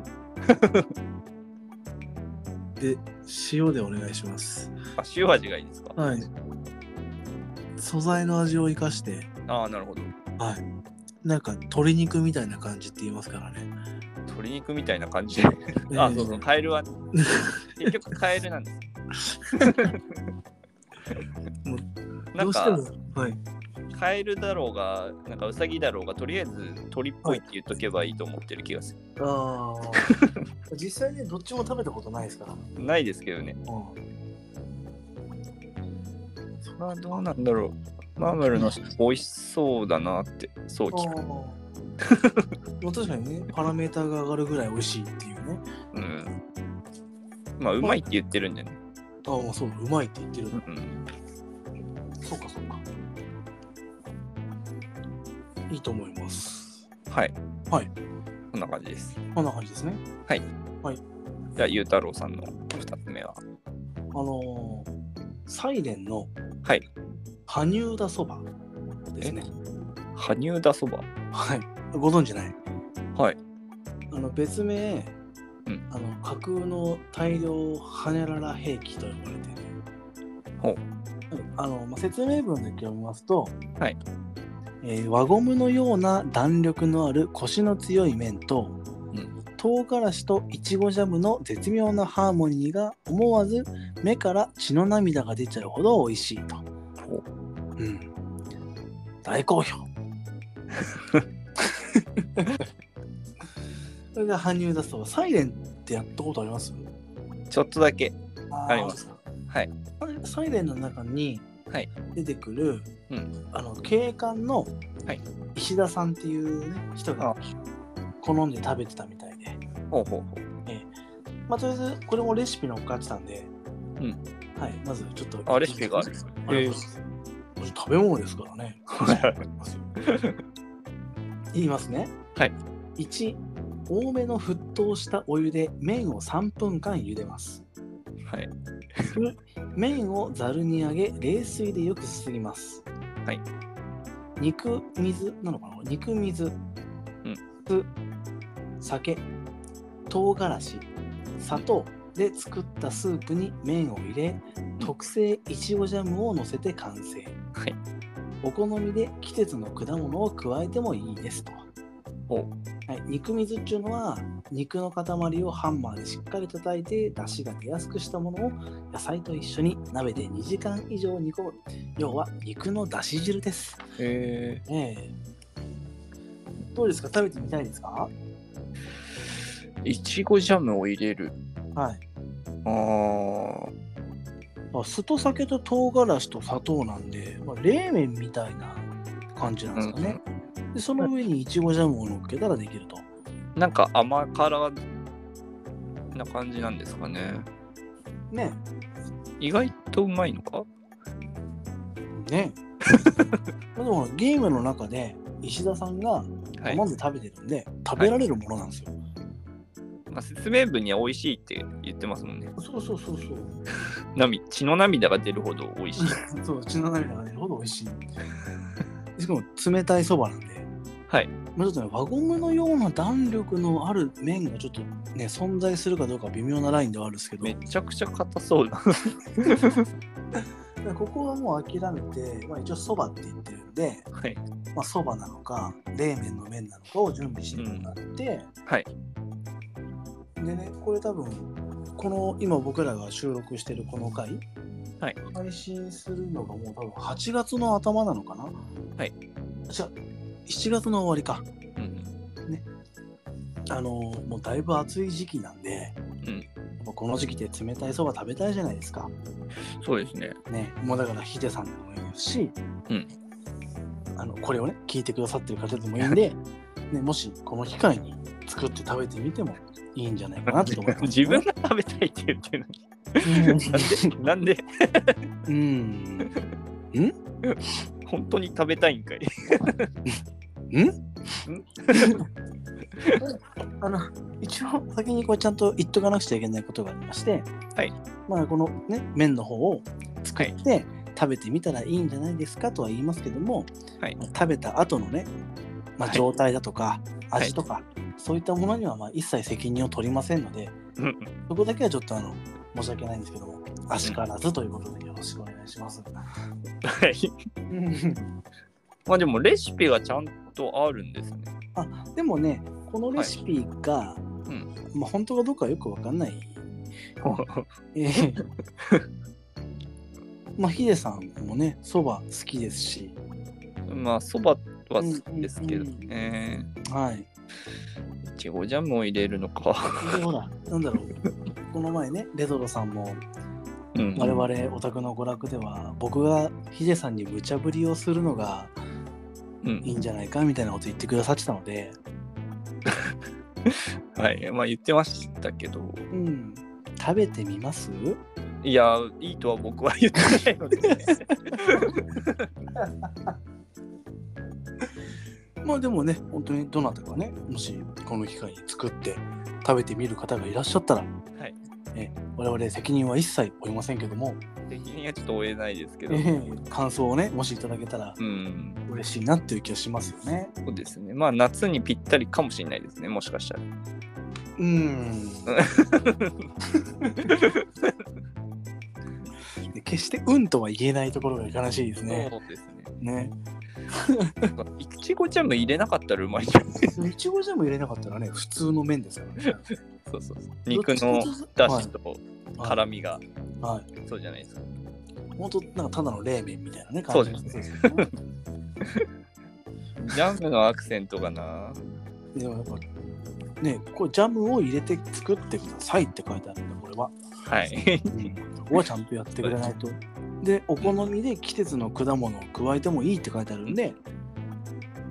A: で塩でお願いします
B: うあ塩味がいいですか
A: はい素材の味を生かして
B: ああなるほど
A: はいなんか鶏肉みたいな感じって言いますからね
B: 鶏肉みたいな感じで。あ、そうそう、カエ ルは、ね、結局カエルなんです
A: も。
B: な
A: ど
B: ん
A: うして
B: か、
A: も、はい。
B: カエルだろうが、なんかウサギだろうが、とりあえず鳥っぽいって言っとけばいいと思ってる気がする。
A: ああ。 実際ね、どっちも食べたことないですから。うん。
B: ないですけどね。それはどうなんだろう。マーブルの人美味しそうだなって、そう
A: あ
B: 聞く。
A: ーまあ確かにね、パラメーターが上がるぐらい美味しいっていうね。
B: うん。まあ、うまいって言ってるんだよね。
A: ああ、もうそう、うまいって言ってる。
B: うん。
A: そうか、そうか。いいと思います。
B: はい。
A: はい。
B: こんな感じです。
A: こんな感じですね。
B: じゃあ、ゆうたろうさんの2つ目は。
A: あのー、サイレンの、
B: はい。
A: 羽生田そばですね。
B: 羽生田そば。
A: はい。ご存知ない
B: はい。
A: あの別名、
B: うん
A: あの架空の大量ハネララ兵器と呼ばれている。
B: ほう
A: あのまあ、説明文だけ読みますと、
B: はい
A: えー輪ゴムのような弾力のあるコシの強い麺と、
B: うん
A: 唐辛子といちごジャムの絶妙なハーモニーが思わず目から血の涙が出ちゃうほど美味しいと。
B: ほう
A: うん、大好 評それが羽生だそうサイレンってやったことあります
B: ちょっとだけ。
A: あ
B: ありますはい
A: あサイレンの中に
B: はい
A: 出てくる、
B: うん
A: あの警官の
B: はい
A: 石田さんっていう、ね、人が
B: あ
A: 好んで食べてたみたいで、
B: ほうほうほ
A: まあ、とりあえずこれもレシピのっかってたんで、
B: うん
A: はい、まずちょっ
B: う。
A: と
B: あ、レシピがあ
A: あ
B: る。
A: りがとうございますこれ食べ物ですから ね言いますね。
B: はい。
A: 1、多めの沸騰したお湯で麺を3分間茹でます。
B: はい。
A: 麺をざるに上げ、冷水でよくすすぎます。
B: はい。
A: 肉、水なのかな肉、水、酢、酒、唐辛子、砂糖で作ったスープに麺を入れ、特製いちごジャムをのせて完成。
B: はい。
A: お好みで季節の果物を加えてもいいですと。
B: ほう。
A: はい、肉水っていうのは肉の塊をハンマーでしっかり叩いて出汁が出やすくしたものを野菜と一緒に鍋で2時間以上煮込む要は肉の出汁汁です、
B: え
A: ええどうですか食べてみたいですか
B: ー、いちごジャムを入れる。
A: はい
B: あー
A: あ酢と酒と唐辛子と砂糖なんで、まあ、冷麺みたいな感じなんですかね、でその上にいちごジャムを乗っけたらできると
B: なんか甘辛な感じなんですかね。
A: ね
B: 意外とうまいのか
A: ねでもほらゲームの中で石田さんが
B: はい。
A: まず食べてるんで、食べられるものなんですよ、
B: まあ、説明文には美味しいって言ってますもんね。
A: そうそうそうそう。
B: なみ血の涙が出るほど美味しい。
A: そう、うちの涙が出るほど美味し い。しかも冷たいそばなんで、
B: はい。
A: まあ、ちょっとね、輪ゴムのような弾力のある麺がちょっとね、存在するかどうか微妙なラインではあるんですけど
B: め、ちゃくちゃ硬そうな。
A: ここはもう諦めて、まあ、一応そばって言ってるんで、
B: はい。
A: まあ、そばなのか、冷麺の麺なのかを準備してもらって、
B: はい。
A: でね、これ多分、この今僕らが収録してるこの回、
B: はい。
A: 配信するのがもう多分8月の頭なのかなはいじゃ7月の終わりか。
B: うん。
A: あのーもうだいぶ暑い時期なんで、
B: うん
A: やっぱこの時期って冷たいそば食べたいじゃないですか。
B: そうですね。
A: ね、もうだからヒデさんでもいいですし、
B: うん
A: あのこれをね、聞いてくださってる方でもいいん で、ね、もしこの機会に作って食べてみてもいいんじゃないかなって思います、
B: 自分が食べたいって言ってる
A: うん
B: のに。なんで、
A: うん。
B: 本当に食べたいんかい。
A: あの一応先にこれちゃんと言っとかなくちゃいけないことがありまして、
B: はい
A: まあ、この、ね、麺の方を作って食べてみたらいいんじゃないですかとは言いますけども、
B: はい
A: 食べた後のね、まあ、
B: はい
A: 状態だとか、
B: はい
A: 味とか、そういったものにはまあ一切責任を取りませんので
B: うん
A: そこだけはちょっとあの申し訳ないんですけどもあしからずということでよろしくお願いします。
B: はい。 まあ でもレシピがちゃんとあるんですね。
A: でもねこのレシピが、
B: うん
A: まあ、本当かどうかはよくわかんない。ええまあ、ヒデさんもね、そば好きですし、
B: まあ、そばは好きですけ
A: う
B: ど
A: んうんうん
B: ね。
A: はい。
B: いちごジャムを入れるのか。
A: で、ほら、なんだろう。この前ね、レトロさんも
B: うん
A: 我々オタクの娯楽では僕がヒデさんに無茶ぶりをするのが
B: うん
A: いいんじゃないかみたいなこと言ってくださってたので、
B: はい。まあ、言ってましたけど、
A: うん、食べてみます
B: いや、いいとは僕は言ってないので。
A: まあでもね本当にどなたかねもしこの機会に作って食べてみる方がいらっしゃったら、
B: い
A: え我々責任は一切負いませんけども、
B: 責任はちょっと負えないですけ ど
A: え。ー感想をねもしいただけたら
B: うん、
A: 嬉しいなっていう気がしますよね。
B: そうですね。まあ、夏にぴったりかもしれないですね、もしかしたら。
A: うん。で決して「うん」とは言えないところが悲しいですね。
B: そうですね。
A: ね。
B: なんかいちごジャム入れなかったらうま いんじゃない
A: いちごジャム入れなかったらね普通の麺ですからね。
B: そうそうそう。肉のだしと
A: はい
B: 辛みが、
A: はい
B: そうじゃないですか。
A: 本当なんかただの冷麺みたいなね
B: そ
A: 感
B: う
A: じ
B: ですね
A: ですよね
B: ジャムのアクセントがな。
A: でもやっぱねこれジャムを入れて作ってくださいって書いてあるんだこれは、
B: はい。
A: ここはちゃんとやってくれないとでお好みで季節の果物を加えてもいいって書いてあるんで、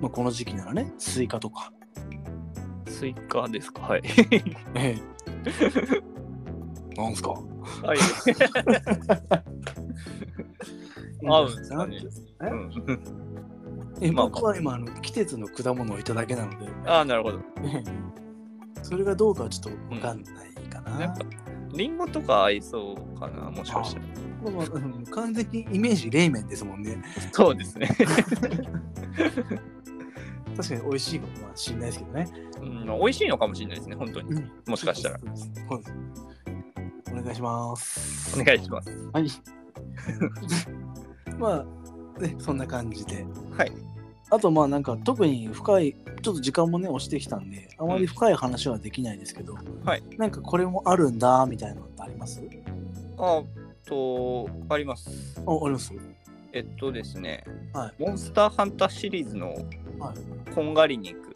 A: まあ、この時期ならねスイカとか、
B: スイカですかはい。
A: ええなんすか
B: はい。合うんですかね。うん、
A: え
B: まあ
A: 僕は今あの季節の果物をいただけなので、
B: ああ、なるほど。
A: ええそれがどうかはちょっとわかんないかな、
B: なんか、リンゴとか合いそうかな、もしかしたら。
A: まあうん完全にイメージ冷麺ですもんね
B: そうですね。
A: 確かに美味しいことは知んないですけどね
B: うん、美味しいのかもしれないですね、本当に。
A: うん
B: もしかしたら。
A: そうですそうですお願いします
B: お願いします。
A: はい まあねそんな感じで
B: はい
A: あとまあなんか特に深いちょっと時間もね押してきたんであまり深い話はできないですけど、
B: はい
A: なんかこれもあるんだみたいなのってあります
B: あと、あります。
A: ああります
B: えっとですね、
A: はい
B: モンスターハンターシリーズの
A: は
B: こんがり肉。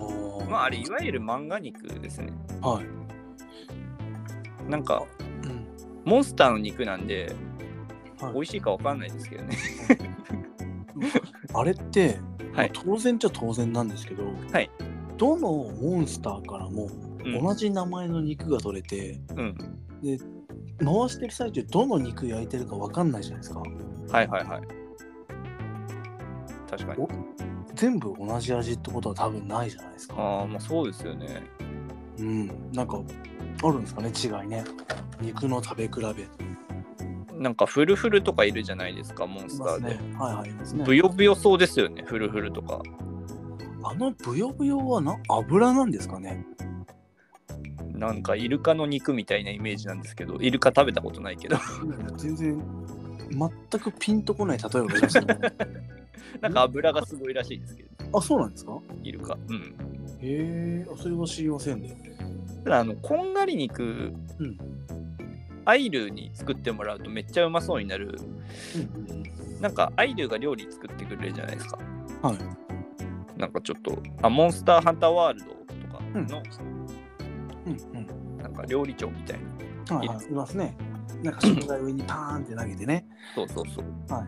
A: おー
B: まあ、あれ、いわゆる漫画肉ですね。
A: はい、
B: なんか、
A: うん
B: モンスターの肉なんで、
A: はい
B: 美味しいかわかんないですけどね。
A: あれって、
B: はい
A: まあ当然っちゃ当然なんですけど、
B: はい
A: どのモンスターからも
B: うん
A: 同じ名前の肉が取れて、
B: うん。
A: 回してる最中どの肉焼いてるか分かんないじゃないですか
B: はいはいはい。確かに
A: お。全部同じ味ってことは多分ないじゃないですか
B: ああ、まあそうですよね。
A: うんなんかあるんですかね違いね肉の食べ比べ
B: なんかフルフルとかいるじゃないですか、モンスターで。
A: はいはいいますね
B: ブヨブヨそうですよね、フルフルとか。
A: あのブヨブヨはな油なんですかね
B: なんかイルカの肉みたいなイメージなんですけど、イルカ食べたことないけど、
A: 全然全くピンとこない例えを出しました ね
B: なんか油がすごいらしいですけど、
A: あそうなんですか
B: イルカ。うん。
A: へえ、あそれは知りませんね。
B: ただ、あの、こんがり肉、
A: うん
B: アイルーに作ってもらうとめっちゃうまそうになる。なんかアイルーが料理作ってくれるじゃないですか。
A: はい。
B: なんかちょっと、あ、モンスターハンターワールドとかの、
A: うんうん。
B: なんか料理長みたいな。
A: はい、はい、いますね。なんか食材上にパーンって投げてね。
B: そうそうそう。
A: は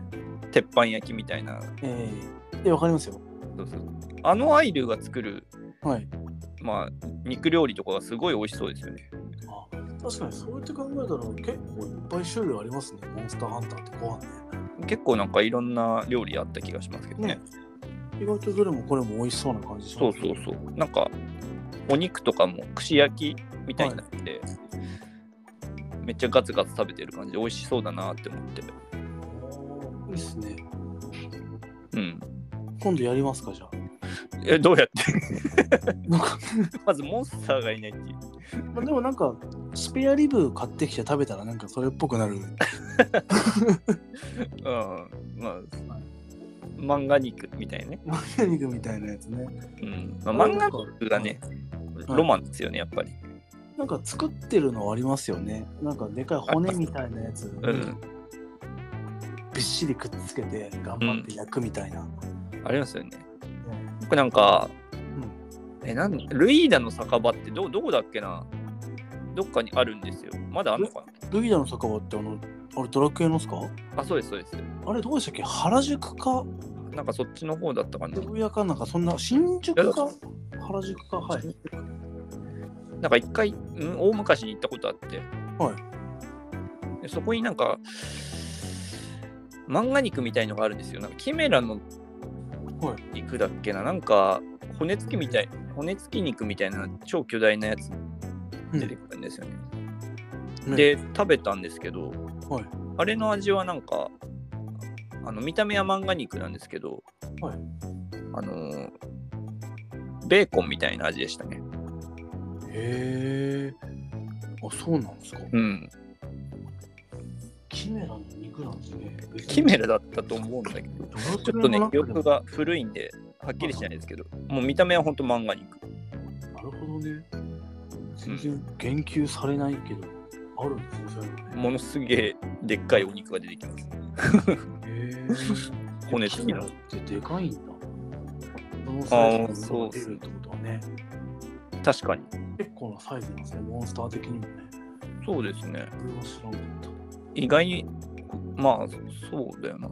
B: 鉄板焼きみたいな。
A: えー、え、わかりますよ。
B: そうそうあのアイルが作る、
A: はい。
B: まあ、肉料理とかがすごい美味しそうですよね。
A: あ確かにそうやって考えたら結構いっぱい種類ありますね。モンスターハンターってご飯
B: 結構なんかいろんな料理あった気がしますけどね。
A: ね。意外とどれもこれも美味しそうな感じし
B: そ
A: ま
B: う
A: す
B: そうそう。なんか、お肉とかも串焼きみたいになって、めっちゃガツガツ食べてる感じで美味しそうだなって思って。
A: いいっすね。
B: うん。
A: 今度やりますか、じゃあ。
B: え、どうやって
A: なんか、
B: まずモンスターがいないっていう。
A: まあでもなんか、スペアリブ買ってきて食べたらなんかそれっぽくなる。
B: うん。まあ、漫画肉みたいなね。
A: マリア肉みたいなやつね。
B: うん。まあ、漫画
A: 肉
B: がね、ロマンですよね、やっぱり。
A: なんか作ってるのありますよね。なんかでかい骨みたいなやつ、
B: うん。
A: びっしりくっつけて頑張って焼くみたいな。
B: ありますよね。
A: うん
B: 僕なんか、え、なんルイーダの酒場ってど、どこだっけなどっかにあるんですよ。まだあるのか
A: ルギダの酒場ってあの、あれドラクエのっすか
B: なあ、そうです、そうです。
A: あれどうでしたっけ原宿か
B: なんかそっちの方だったかな。
A: 渋谷かなんかそんな新宿
B: い
A: か
B: や
A: 原宿かはい。
B: なんか一回、うん、大昔に行ったことあって、、
A: はい
B: そこになんか、漫画肉みたいのがあるんですよ。なんかキメラの
A: は
B: 肉だっけな、なんか骨付きみたい、骨付き肉みたいな超巨大なやつ
A: うん
B: 出てくるんですよね。
A: うん
B: で、食べたんですけど、
A: はい
B: あれの味はなんか、あの見た目は漫画肉なんですけど、
A: はい
B: あのーベーコンみたいな味でしたね。
A: へえ。あ、そうなんですか。
B: うん、
A: キメラの肉なんですね。
B: キメラだったと思うんだけど、
A: ドラ
B: ち
A: ク
B: ょ
A: エ
B: っと
A: の
B: ね
A: 中、でも
B: 記憶が古いんで、はっきりしないですけど、もう見た目は本当漫画肉。
A: なるほどね。全然言及されないけど、あるんですね、そういうのね。
B: ものすげえでっかいお肉が出てきます。
A: へえ。
B: 骨付
A: カメ
B: き
A: ラ
B: の
A: ってでかいんだ。その
B: あ
A: サイ
B: ー
A: ズ
B: そ
A: の
B: う
A: 出るってことはね、
B: 確かに。
A: 結構なサイズなんですね、モンスター的にもね。
B: そうですね。
A: それは知らなかった。
B: 意外に、まあ、そうだよな。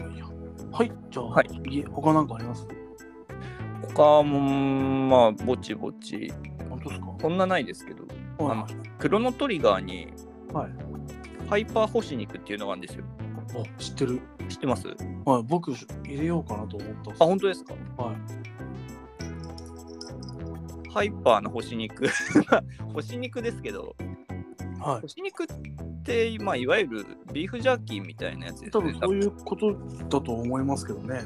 A: うん。いやはい、じゃあ、
B: はい
A: いえ他なんかあります
B: 他も、まあ、ぼちぼち。
A: 本当ですか
B: そんなないですけど、
A: は
B: あのクロノトリガーに、
A: はい
B: ハイパー星肉っていうのがあるんです
A: い。
B: よ。
A: あ、知ってる。
B: 知ってます
A: はい、僕、入れようかなと思ったんです
B: あ、本当ですか
A: はい。
B: ハイパーな星肉。 星肉ですけど、
A: は
B: 干し肉って、まあ、いわゆるビーフジャーキーみたいなやつ
A: い。
B: で
A: 多
B: す
A: 分
B: ね。
A: そういうことだと思いますけどね。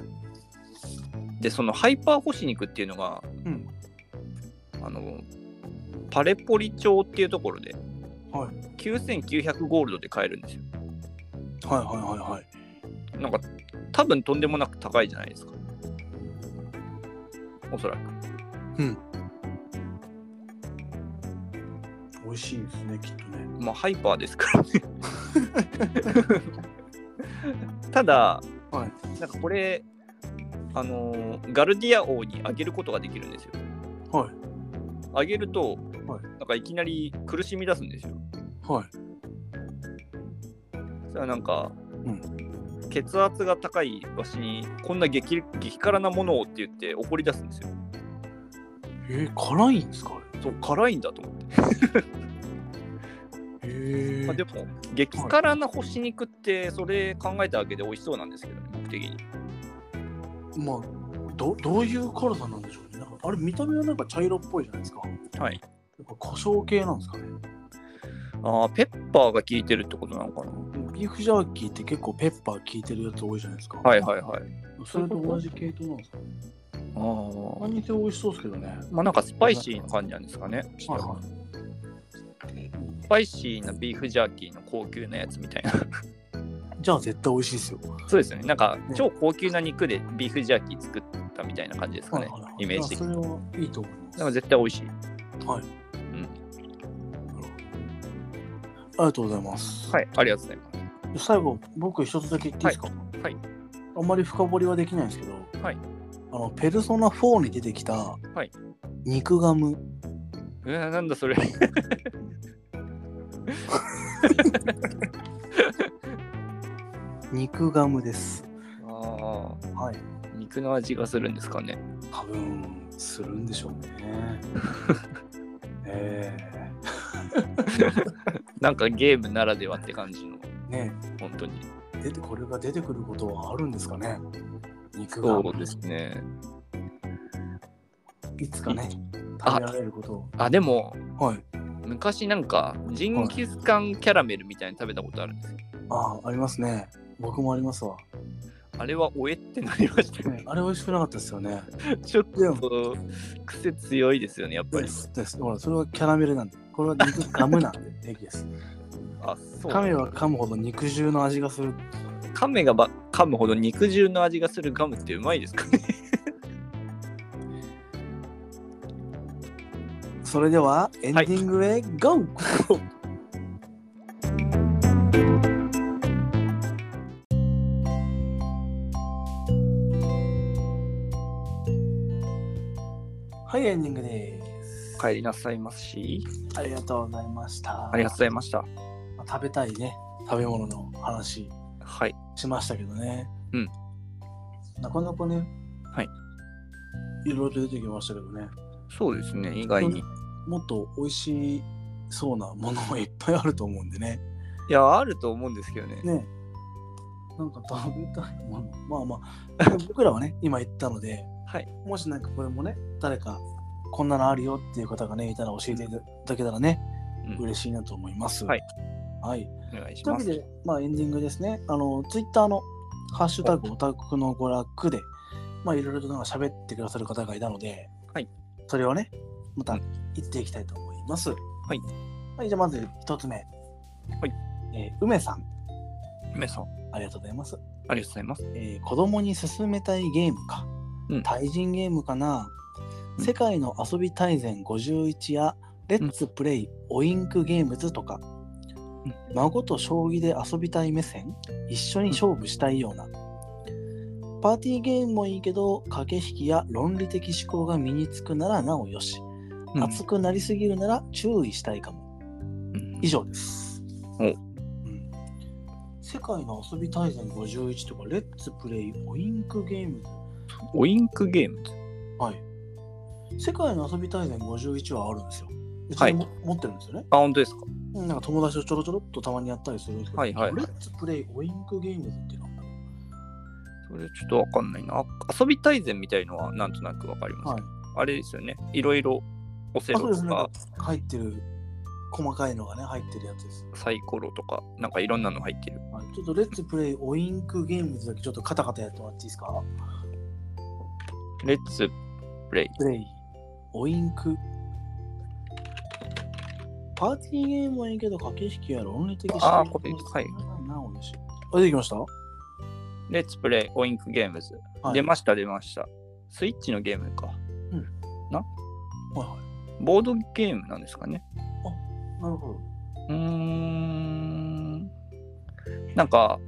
B: で、そのハイパー干し肉っていうのが、
A: うん
B: あの、パレポリ町っていうところで、
A: はい
B: 9900ゴールドで買えるんですよ。
A: はいはいはいはい。
B: なんか、多分とんでもなく高いじゃないですか。おそらく。
A: 美味しいですね、きっとね。
B: まあ、ハイパーですからね。 ただ、
A: は
B: なんかこれ、あのーガルディア王にあげることができるんですよ。
A: はい。
B: あげると、
A: はい
B: なんかいきなり苦しみ出すんですよ。
A: はい。
B: それはなんか、
A: う
B: 血圧が高いわしにこんな激激辛なものをって言って怒り出すんですよ。
A: えー、辛いんですかあ
B: そう辛いんだと思って。
A: れへえ
B: まあ、でも激辛な干し肉ってそれ考えただけで美味しそうなんですけどね、僕的に。
A: まあ、どどういう辛さなんでしょうね。なんかあれ、見た目はなんか茶色っぽいじゃないですか。
B: はい。
A: なんか胡椒系なんですかね。
B: ああ、ペッパーが効いてるってことなのかな。
A: ビーフジャーキーって結構ペッパー効いてるやつ多いじゃないですか。
B: はいはいはい。
A: それと同じ系統なんですかね。
B: ああ。
A: 何にせ美味しそうですけどね。
B: まあなんかスパイシーな感じなんですかね。
A: はい
B: スパイシーなビーフジャーキーの高級なやつみたいな。
A: じゃあ絶対美味しいですよ。
B: そうですよね。なんか
A: うん
B: 超高級な肉でビーフジャーキー作ったみたいな感じですかね
A: はいはいは。い
B: イメージ
A: いやそ
B: 的に。
A: れはいいと思います。
B: でも絶対美味しい。
A: はい。あ
B: ん
A: りがとうございます。
B: はい、ありがとうございます。
A: 最後、僕一つだけ言っていいですか、
B: はい
A: あんまり深掘りはできないんですけど、
B: はい
A: あのペルソナ4に出てきた
B: い
A: 肉ガム、
B: えー、なんだそ れ。
A: 肉ガムです。
B: ああ、
A: はい。
B: 肉の味がするんですかね。
A: 多分するんでし ょうね。え
B: なんかゲームならではって感じの、
A: えね
B: 本当に。
A: え出てこれが出てくることはあるんですかね。肉ガ
B: そう
A: ム
B: ですね。
A: いつかね
B: あ
A: 食べられることを。
B: あ、でも、
A: はい。
B: 昔なんか、ジンギスカンキャラメルみたいに食べたことあるんですよ。
A: ああありますね。僕もありますわ。
B: あれはおえってなりましたね。
A: ねあれ美味しくなかったですよね。
B: ちょっ
A: でも
B: と、癖強いですよね、やっぱ
A: で
B: り。
A: すです。ほら、それはキャラメルなんで、これは肉ガムなんで、平気です。
B: あ、そう。
A: 噛めば噛むほど肉汁の味がする。
B: 亀がば噛むほど肉汁の味がするガムってうまいですかね。
A: それではエンディングへ GO!、はい、エンディングです。
B: 帰りなさいますし、
A: ありがとうございました。
B: ありがとうございました。
A: まあ食べたいね、食べ物の話
B: はい。
A: しましたけどね。
B: うん。
A: なかなかね、
B: はい。
A: いろいろ出てきましたけどね。
B: そうですね、意外に。
A: もっと美味しそうなものもいっぱいあると思うんでね。
B: いや、あると思うんですけどね。
A: ね。なんか食べたいもの。まあまあ、 でも僕らはね、今言ったので、
B: はい。
A: もしなんかこれもね、誰かこんなのあるよっていう方がね、いたら教えていただけたらね、
B: うん
A: 嬉しいなと思います。
B: はい。
A: はい。
B: お願いし
A: というわ
B: ま
A: け
B: す。
A: で、まあ、エンディングですね。あの、ツイッターのハッシュタグオタクの娯楽で、まあ、いろいろとなんか喋ってくださる方がいたので、
B: はい
A: それをね、また
B: う。。
A: 行っていきたいと思います。はいはい、じゃあまず一つ目。はいえー梅さん、
B: 皆さん、
A: ありがとうございます。
B: ありがとうございます。
A: えー子供に勧めたいゲームか、
B: うん
A: 対人ゲームかな、
B: うん
A: 世界の遊び大全51やレッツプレイ、オインクゲームズとか、
B: う
A: 孫と将棋で遊びたい目線一緒に勝負したいような、パーティーゲームもいいけど駆け引きや論理的思考が身につくならなおよし、
B: うん
A: 熱くなりすぎるなら注意したいかも
B: うん
A: 以上です。
B: お
A: うん世界の遊び大全51とか、レッツプレイ、オインクゲームズ。
B: オインクゲーム。
A: はい。世界の遊び大全51はあるんですよ。うち
B: はい
A: にも持ってるんですよね。
B: あ、本当ですか。
A: うんなんか友達とちょろちょろっとたまにやったりするんですけど、
B: はいはいはい
A: レッツプレイ、オインクゲームズっていうのは、
B: それちょっとわかんないな。あ遊び大全みたいのはなんとなくわかります
A: は
B: け
A: い
B: ど、。あれですよね。いろいろオセ
A: あ
B: ロ
A: そうで
B: と
A: すね。なん
B: か
A: か入ってる、細かいのがね、入ってるやつです。
B: サイコロとか、なんかいろんなの入ってる。
A: はい、ちょっとレッツプレイ、オインクゲームズだけちょっとカタカタやってもらっていいですか
B: レッツプレイ。
A: プレイ、オインク。パーティーゲームはいいけど、駆け引きや論理的思考
B: あーこれはい
A: なおよし。あ、出てきました
B: レッツプレイ、オインクゲームズ。
A: はい
B: 出ました、出ました。スイッチのゲームか。
A: うん
B: な
A: はいはい。
B: ボードゲームなんですかね。
A: なるほど。
B: うーん。なんか、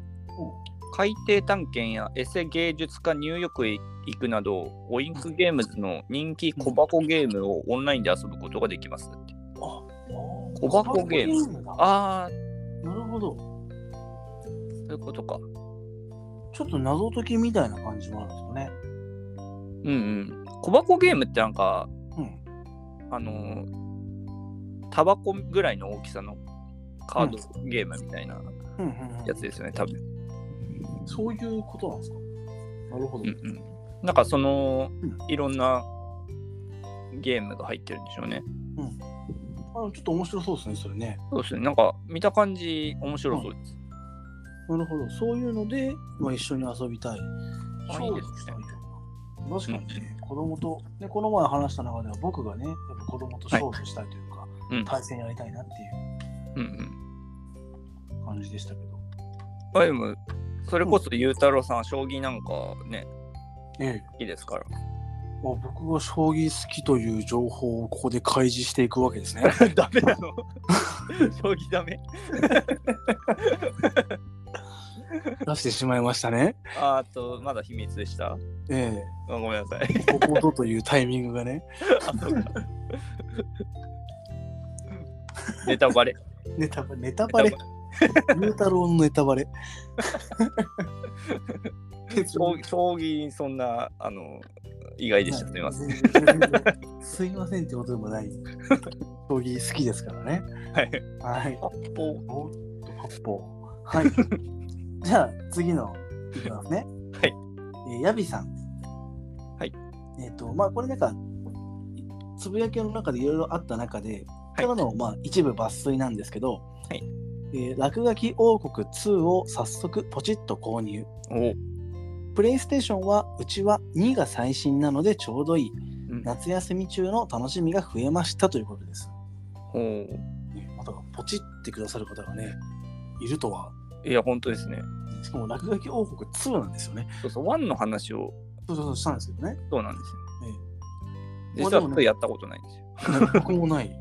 B: 海底探検やエセ芸術家ニューヨークへ行くなど、オインクゲームズの人気小箱ゲームをオンラインで遊ぶことができますって。
A: あ
B: 小箱ゲーム
A: 小箱ムだ
B: あー、
A: なるほど。
B: そういうことか。
A: ちょっと謎解きみたいな感じもあるんです
B: うんうん。小箱ゲームってなんか、
A: よね。
B: あのータバコぐらいの大きさのカードゲームみたいな
A: うん。うんうんうん
B: やつですよね、多分。
A: そういうことなんですかなるほど。
B: うんうん。なんかその
A: うん、
B: いろんなゲームが入ってるんでしょうね。
A: あちょっと面白そうですね、それね。
B: そうですね。なんか見た感じ面白そうです。
A: なるほど。そういうので、まあ、一緒に遊びたい。
B: あ
A: 勝
B: いい
A: 負
B: ですね
A: したいような。確かにね、子供と、ね、この前話した中では僕がね、やっぱ子供と勝負したいというか、
B: うん
A: 対戦やりたいなってい
B: うんうん。
A: う感じでしたけど。
B: あでも、それこそゆうたろうさんは将棋なんかね、
A: ええ、
B: 好きで すから。
A: もう僕が将棋好きという情報をここで開示していくわけですね。
B: ダメなの 将棋ダメ
A: 出してしまいましたね。
B: ああと、まだ秘密でした。あ
A: え
B: ごめんなさ い。
A: え、こことというタイミングが ね、
B: ネタバレ。
A: ネタバレ、ネタバレ、ゆうたろうのネタ バレ。別
B: 将棋将棋そんなあの意外でした、すみません。
A: ん。すいませんってことでもない。 将棋好きですからね。
B: はい。
A: はい。
B: あぽ
A: おっと、八方。はい。 じゃあ、次の、いきますね。
B: はい。
A: えー、ヤビさん。
B: はい。
A: えっ、と、まあ、これなんか、つぶやきの中でいろいろあった中で、からの、まあ、一部抜粋なんですけど、
B: はい。
A: えー落書き王国2を早速ポチッと購入。
B: お
A: プレイステーションはうちは2が最新なのでちょうどいい。
B: うん
A: 夏休み中の楽しみが増えましたということです。
B: お
A: ね、またポチってくださる方がね、いるとは。
B: いや、本当ですね。
A: しかも落書き王国2なんですよね。
B: そうそう、ワンの話を
A: そうそうそうしたんですけどね。
B: そうなんですよ。
A: ええ
B: 実
A: まあで
B: は
A: もね
B: 僕やったことないんですよ。
A: 僕もない。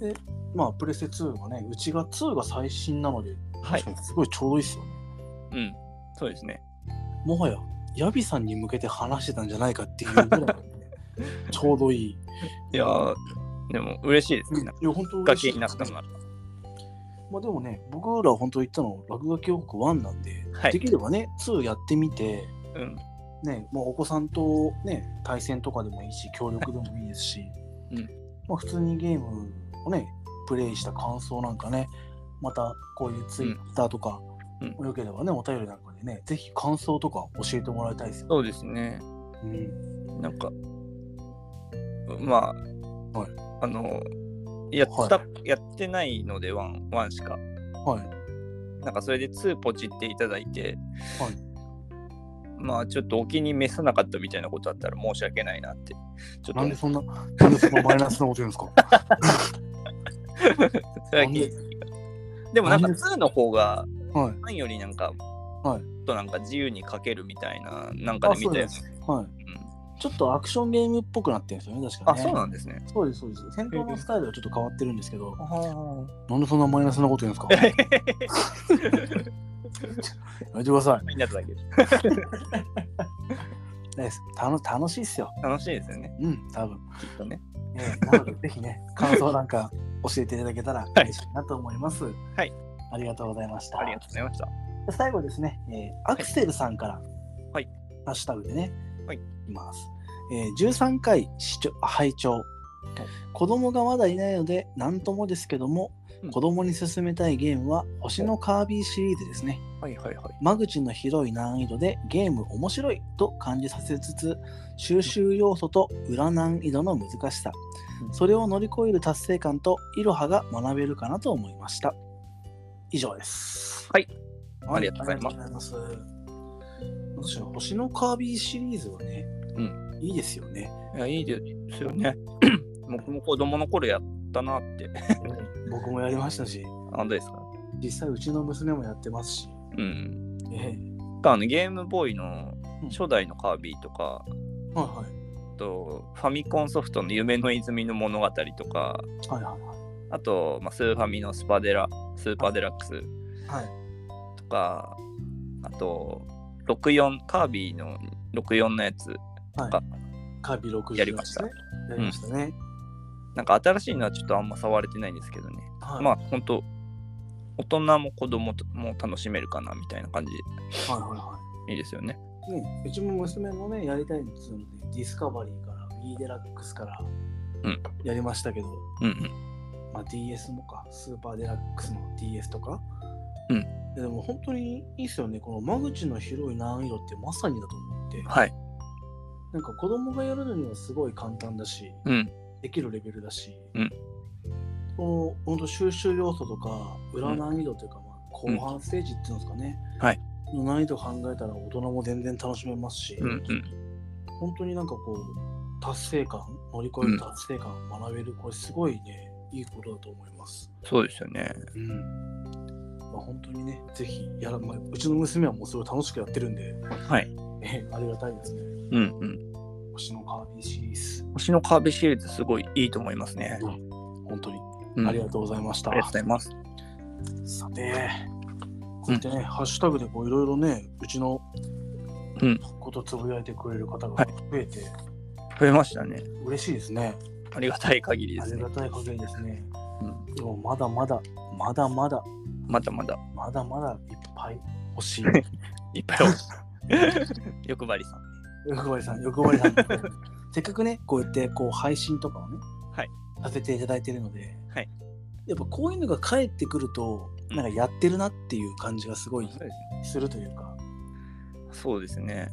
A: で、まあ、プレステ2がね、うちが2が最新なので、
B: はい。
A: 確かにすごいちょうどいいっすよね。
B: うん。そうですね。
A: もはや、ヤビさんに向けて話してたんじゃないかっていうぐらい のね、ちょうどいい。
B: いやー、でも嬉しいですね。なんか
A: いや、本当嬉し
B: 崖
A: い
B: になったのなら。
A: まあでもね、僕ら本当言ったの、落書き王国1なんで、
B: はい
A: できればね、2やってみて、
B: うん。
A: ね、もうお子さんと、ね、対戦とかでもい いし、協力でもいいですし、
B: うん
A: まあ、普通にゲームをね、プレイした感想なんかね、またこういうツイッターとか、
B: うん
A: よければね、お便りなんかでね、ぜひ感想とか教えてもらいたいですよ。
B: そうですね。
A: うん、
B: なんか、まあ、
A: はい
B: あの、やった、
A: は
B: やってないので、ワン、ワンしか。
A: はい、
B: なんかそれで2ポチっていただいて、
A: は
B: まあちょっとお気に召さなかったみたいなことあったら申し訳ないなって。ちょ
A: なん
B: っ
A: で
B: と
A: そ んな、なんでそんなマイナスなこと言うんですか
B: 最近でもなんか
A: なんで
B: 2の方が
A: はい、
B: 1よりなんか、
A: はい
B: ちょっとなんか自由に書けるみたいな、なんかで見たやつ。
A: はい。ちょっとアクションゲームっぽくなってるんですよね、確か
B: あ、
A: に、ね。
B: そうなんですね。
A: そうです、そうです。戦闘のスタイルはちょっと変わってるんですけど、
B: は
A: なんでそんなマイナスなこと言うんです かやめてください
B: みんなとだけで。
A: ねたの。楽しいっすよ。
B: 楽しいですよね、
A: うん、多分。
B: きっとね。。
A: ねなので、ぜひね、感想なんか教えていただけたら嬉しいなと思います。はいありがとうございました。
B: ありがとうございました。
A: 最後ですね、えーアクセルさんから、
B: はい
A: ハッシュタグでね、
B: はい、
A: ます、えー13回視聴拝聴、子供がまだいないので何ともですけども、
B: うん
A: 子供に勧めたいゲームは星のカービィシリーズですね
B: はいはいはい。
A: 間口の広い難易度でゲーム面白いと感じさせつつ収集要素と裏難易度の難しさ
B: うん
A: それを乗り越える達成感といろはが学べるかなと思いました以上です
B: はいありがとうございます
A: すどうしよう星のカービィシリーズはね、
B: う
A: いいですよね
B: いや、いいですよね。僕 も子供の頃やったなって。
A: 僕もやりましたし
B: あ、本当ですか
A: 実際うちの娘もやってますし、
B: うん。
A: え
B: あのゲームボーイの
A: うん
B: 初代のカービィとか、
A: えは
B: あとファミコンソフトの夢の泉の物語とか、
A: いはいはいは
B: あと、まあ、スーファミのスパデラ、スーパーデラックス
A: いはい
B: とか、あと、64、カービィの64のやつ、
A: カービィ60、
B: やりました
A: ね、やりましたね、
B: なんか新しいのはちょっとあんま触れてないんですけどね。
A: はい
B: まあ、ほんと、大人も子供とも楽しめるかなみたいな感じ
A: はいはいはい
B: いいですよね。
A: ね、うちも娘もね、やりたいんですよね。ディスカバリーから、E デラックスから
B: うん
A: やりましたけど、
B: うんうん。
A: まあ、DS もか、スーパーデラックスの DS とか。
B: うん
A: ででも本当にいいですよね。この間口の広い難易度ってまさにだと思って、
B: はい。
A: なんか子供がやるのにはすごい簡単だし、
B: うん。
A: できるレベルだし、
B: うん
A: この本当収集要素とか、裏難易度というか、まあ、後半ステージっていうんですかね、
B: はい
A: の難易度考えたら大人も全然楽しめますし、
B: うんうん。
A: 本当になんかこう達成感乗り越える達成感を学べる、これすごいねいいことだと思います
B: そうですよね。
A: うん、まあ、本当にねぜひやら、まあ、うちの娘はもうすごい楽しくやってるんで、
B: はい。
A: えありがたいですね
B: うんうん。
A: 星のカービィシリーズ、
B: 星のカービィシリーズすごいいいと思いますね。
A: うん本当に
B: うん
A: ありがとうございました、
B: ありがとうございます。
A: さてこうやってね、ハッシュタグでこういろいろねうちの
B: うん
A: ことつぶやいてくれる方
B: は
A: が
B: い
A: 増えて、
B: 増えましたね。
A: 嬉しいですね
B: ありがたい限りで
A: あ
B: す
A: り
B: ね
A: が。たい限りですね
B: うん、
A: でもまだまだまだまだ
B: まだまだ
A: まだまだいっぱい欲しい。
B: いっぱい欲し い。欲張りさん。
A: 欲張りさん、欲張りさ ん。せっかくね、こうやってこう配信とかをね、
B: はい
A: させていただいてるので、
B: はい
A: やっぱこういうのが返ってくると、
B: うん
A: なんかやってるなっていう感じがすごい
B: そうですね
A: するというか、
B: そうですね。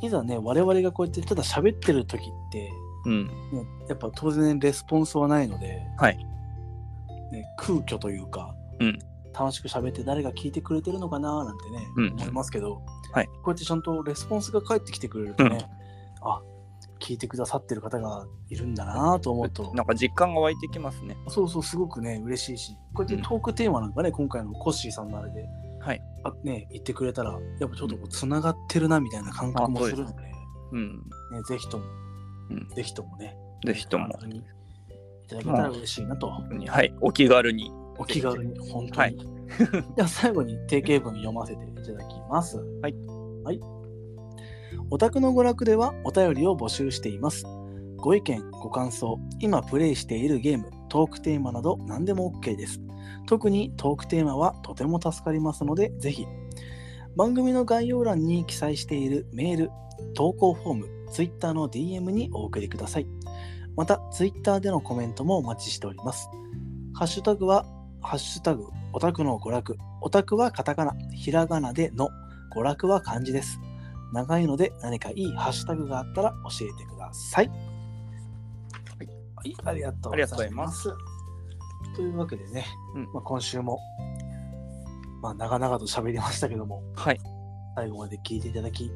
A: いざね、我々がこうやってただ喋ってる時って、
B: うん。
A: ね、やっぱ当然レスポンスはないので、
B: はい
A: ね、空虚というか、
B: うん
A: 楽しく喋って誰が聞いてくれてるのかななんてね、
B: うん
A: 思いますけど、
B: はい
A: こうやってちゃんとレスポンスが返ってきてくれるとね、あ聞いてくださってる方がいるんだなと思うと、
B: なんか実感が湧いてきますね。
A: そうそうすごくね嬉しいしこうやってトークテーマなんかね、今回のコッシーさんのあれで、
B: はい
A: あね、言ってくれたらやっぱちょっとつながってるなみたいな感覚
B: あ
A: も
B: そう
A: す
B: です
A: るので。
B: うん。
A: ね、ぜひとも、
B: うん
A: ぜひともね、
B: ぜひとも。
A: いただけたら嬉しいなと。
B: はい、お気軽に。
A: お気軽に、本当に。
B: はい
A: では最後に定型文読ませていただきます。
B: はい。
A: はい。オタクの娯楽ではお便りを募集しています。ご意見、ご感想、今プレイしているゲーム、トークテーマなど何でも OK です。特にトークテーマはとても助かりますので、ぜひ。番組の概要欄に記載しているメール、投稿フォーム、Twitter の DM にお送りください。また、Twitter でのコメントもお待ちしております。ハッシュタグはハッシュタグ、オタクの娯楽。オタクはカタカナ、ひらがなでの、娯楽は漢字です。長いので何かいいハッシュタグがあったら教えてください。はい、ありがとうございます。
B: ありがとうございます
A: というわけでね、
B: うん
A: まあ、今週も、まあ、長々と喋りましたけども、
B: はい、
A: 最後まで聞いていただき、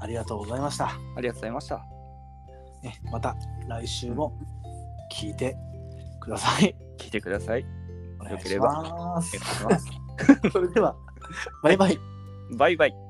A: ありがとうございました。
B: ありがとうございました。
A: ね、また来週も聞いてください。
B: 聞いてください。
A: お
B: よ
A: 願い
B: け
A: し
B: れば
A: ます
B: お願い。します
A: それでは、バイバイ。
B: バイバイ。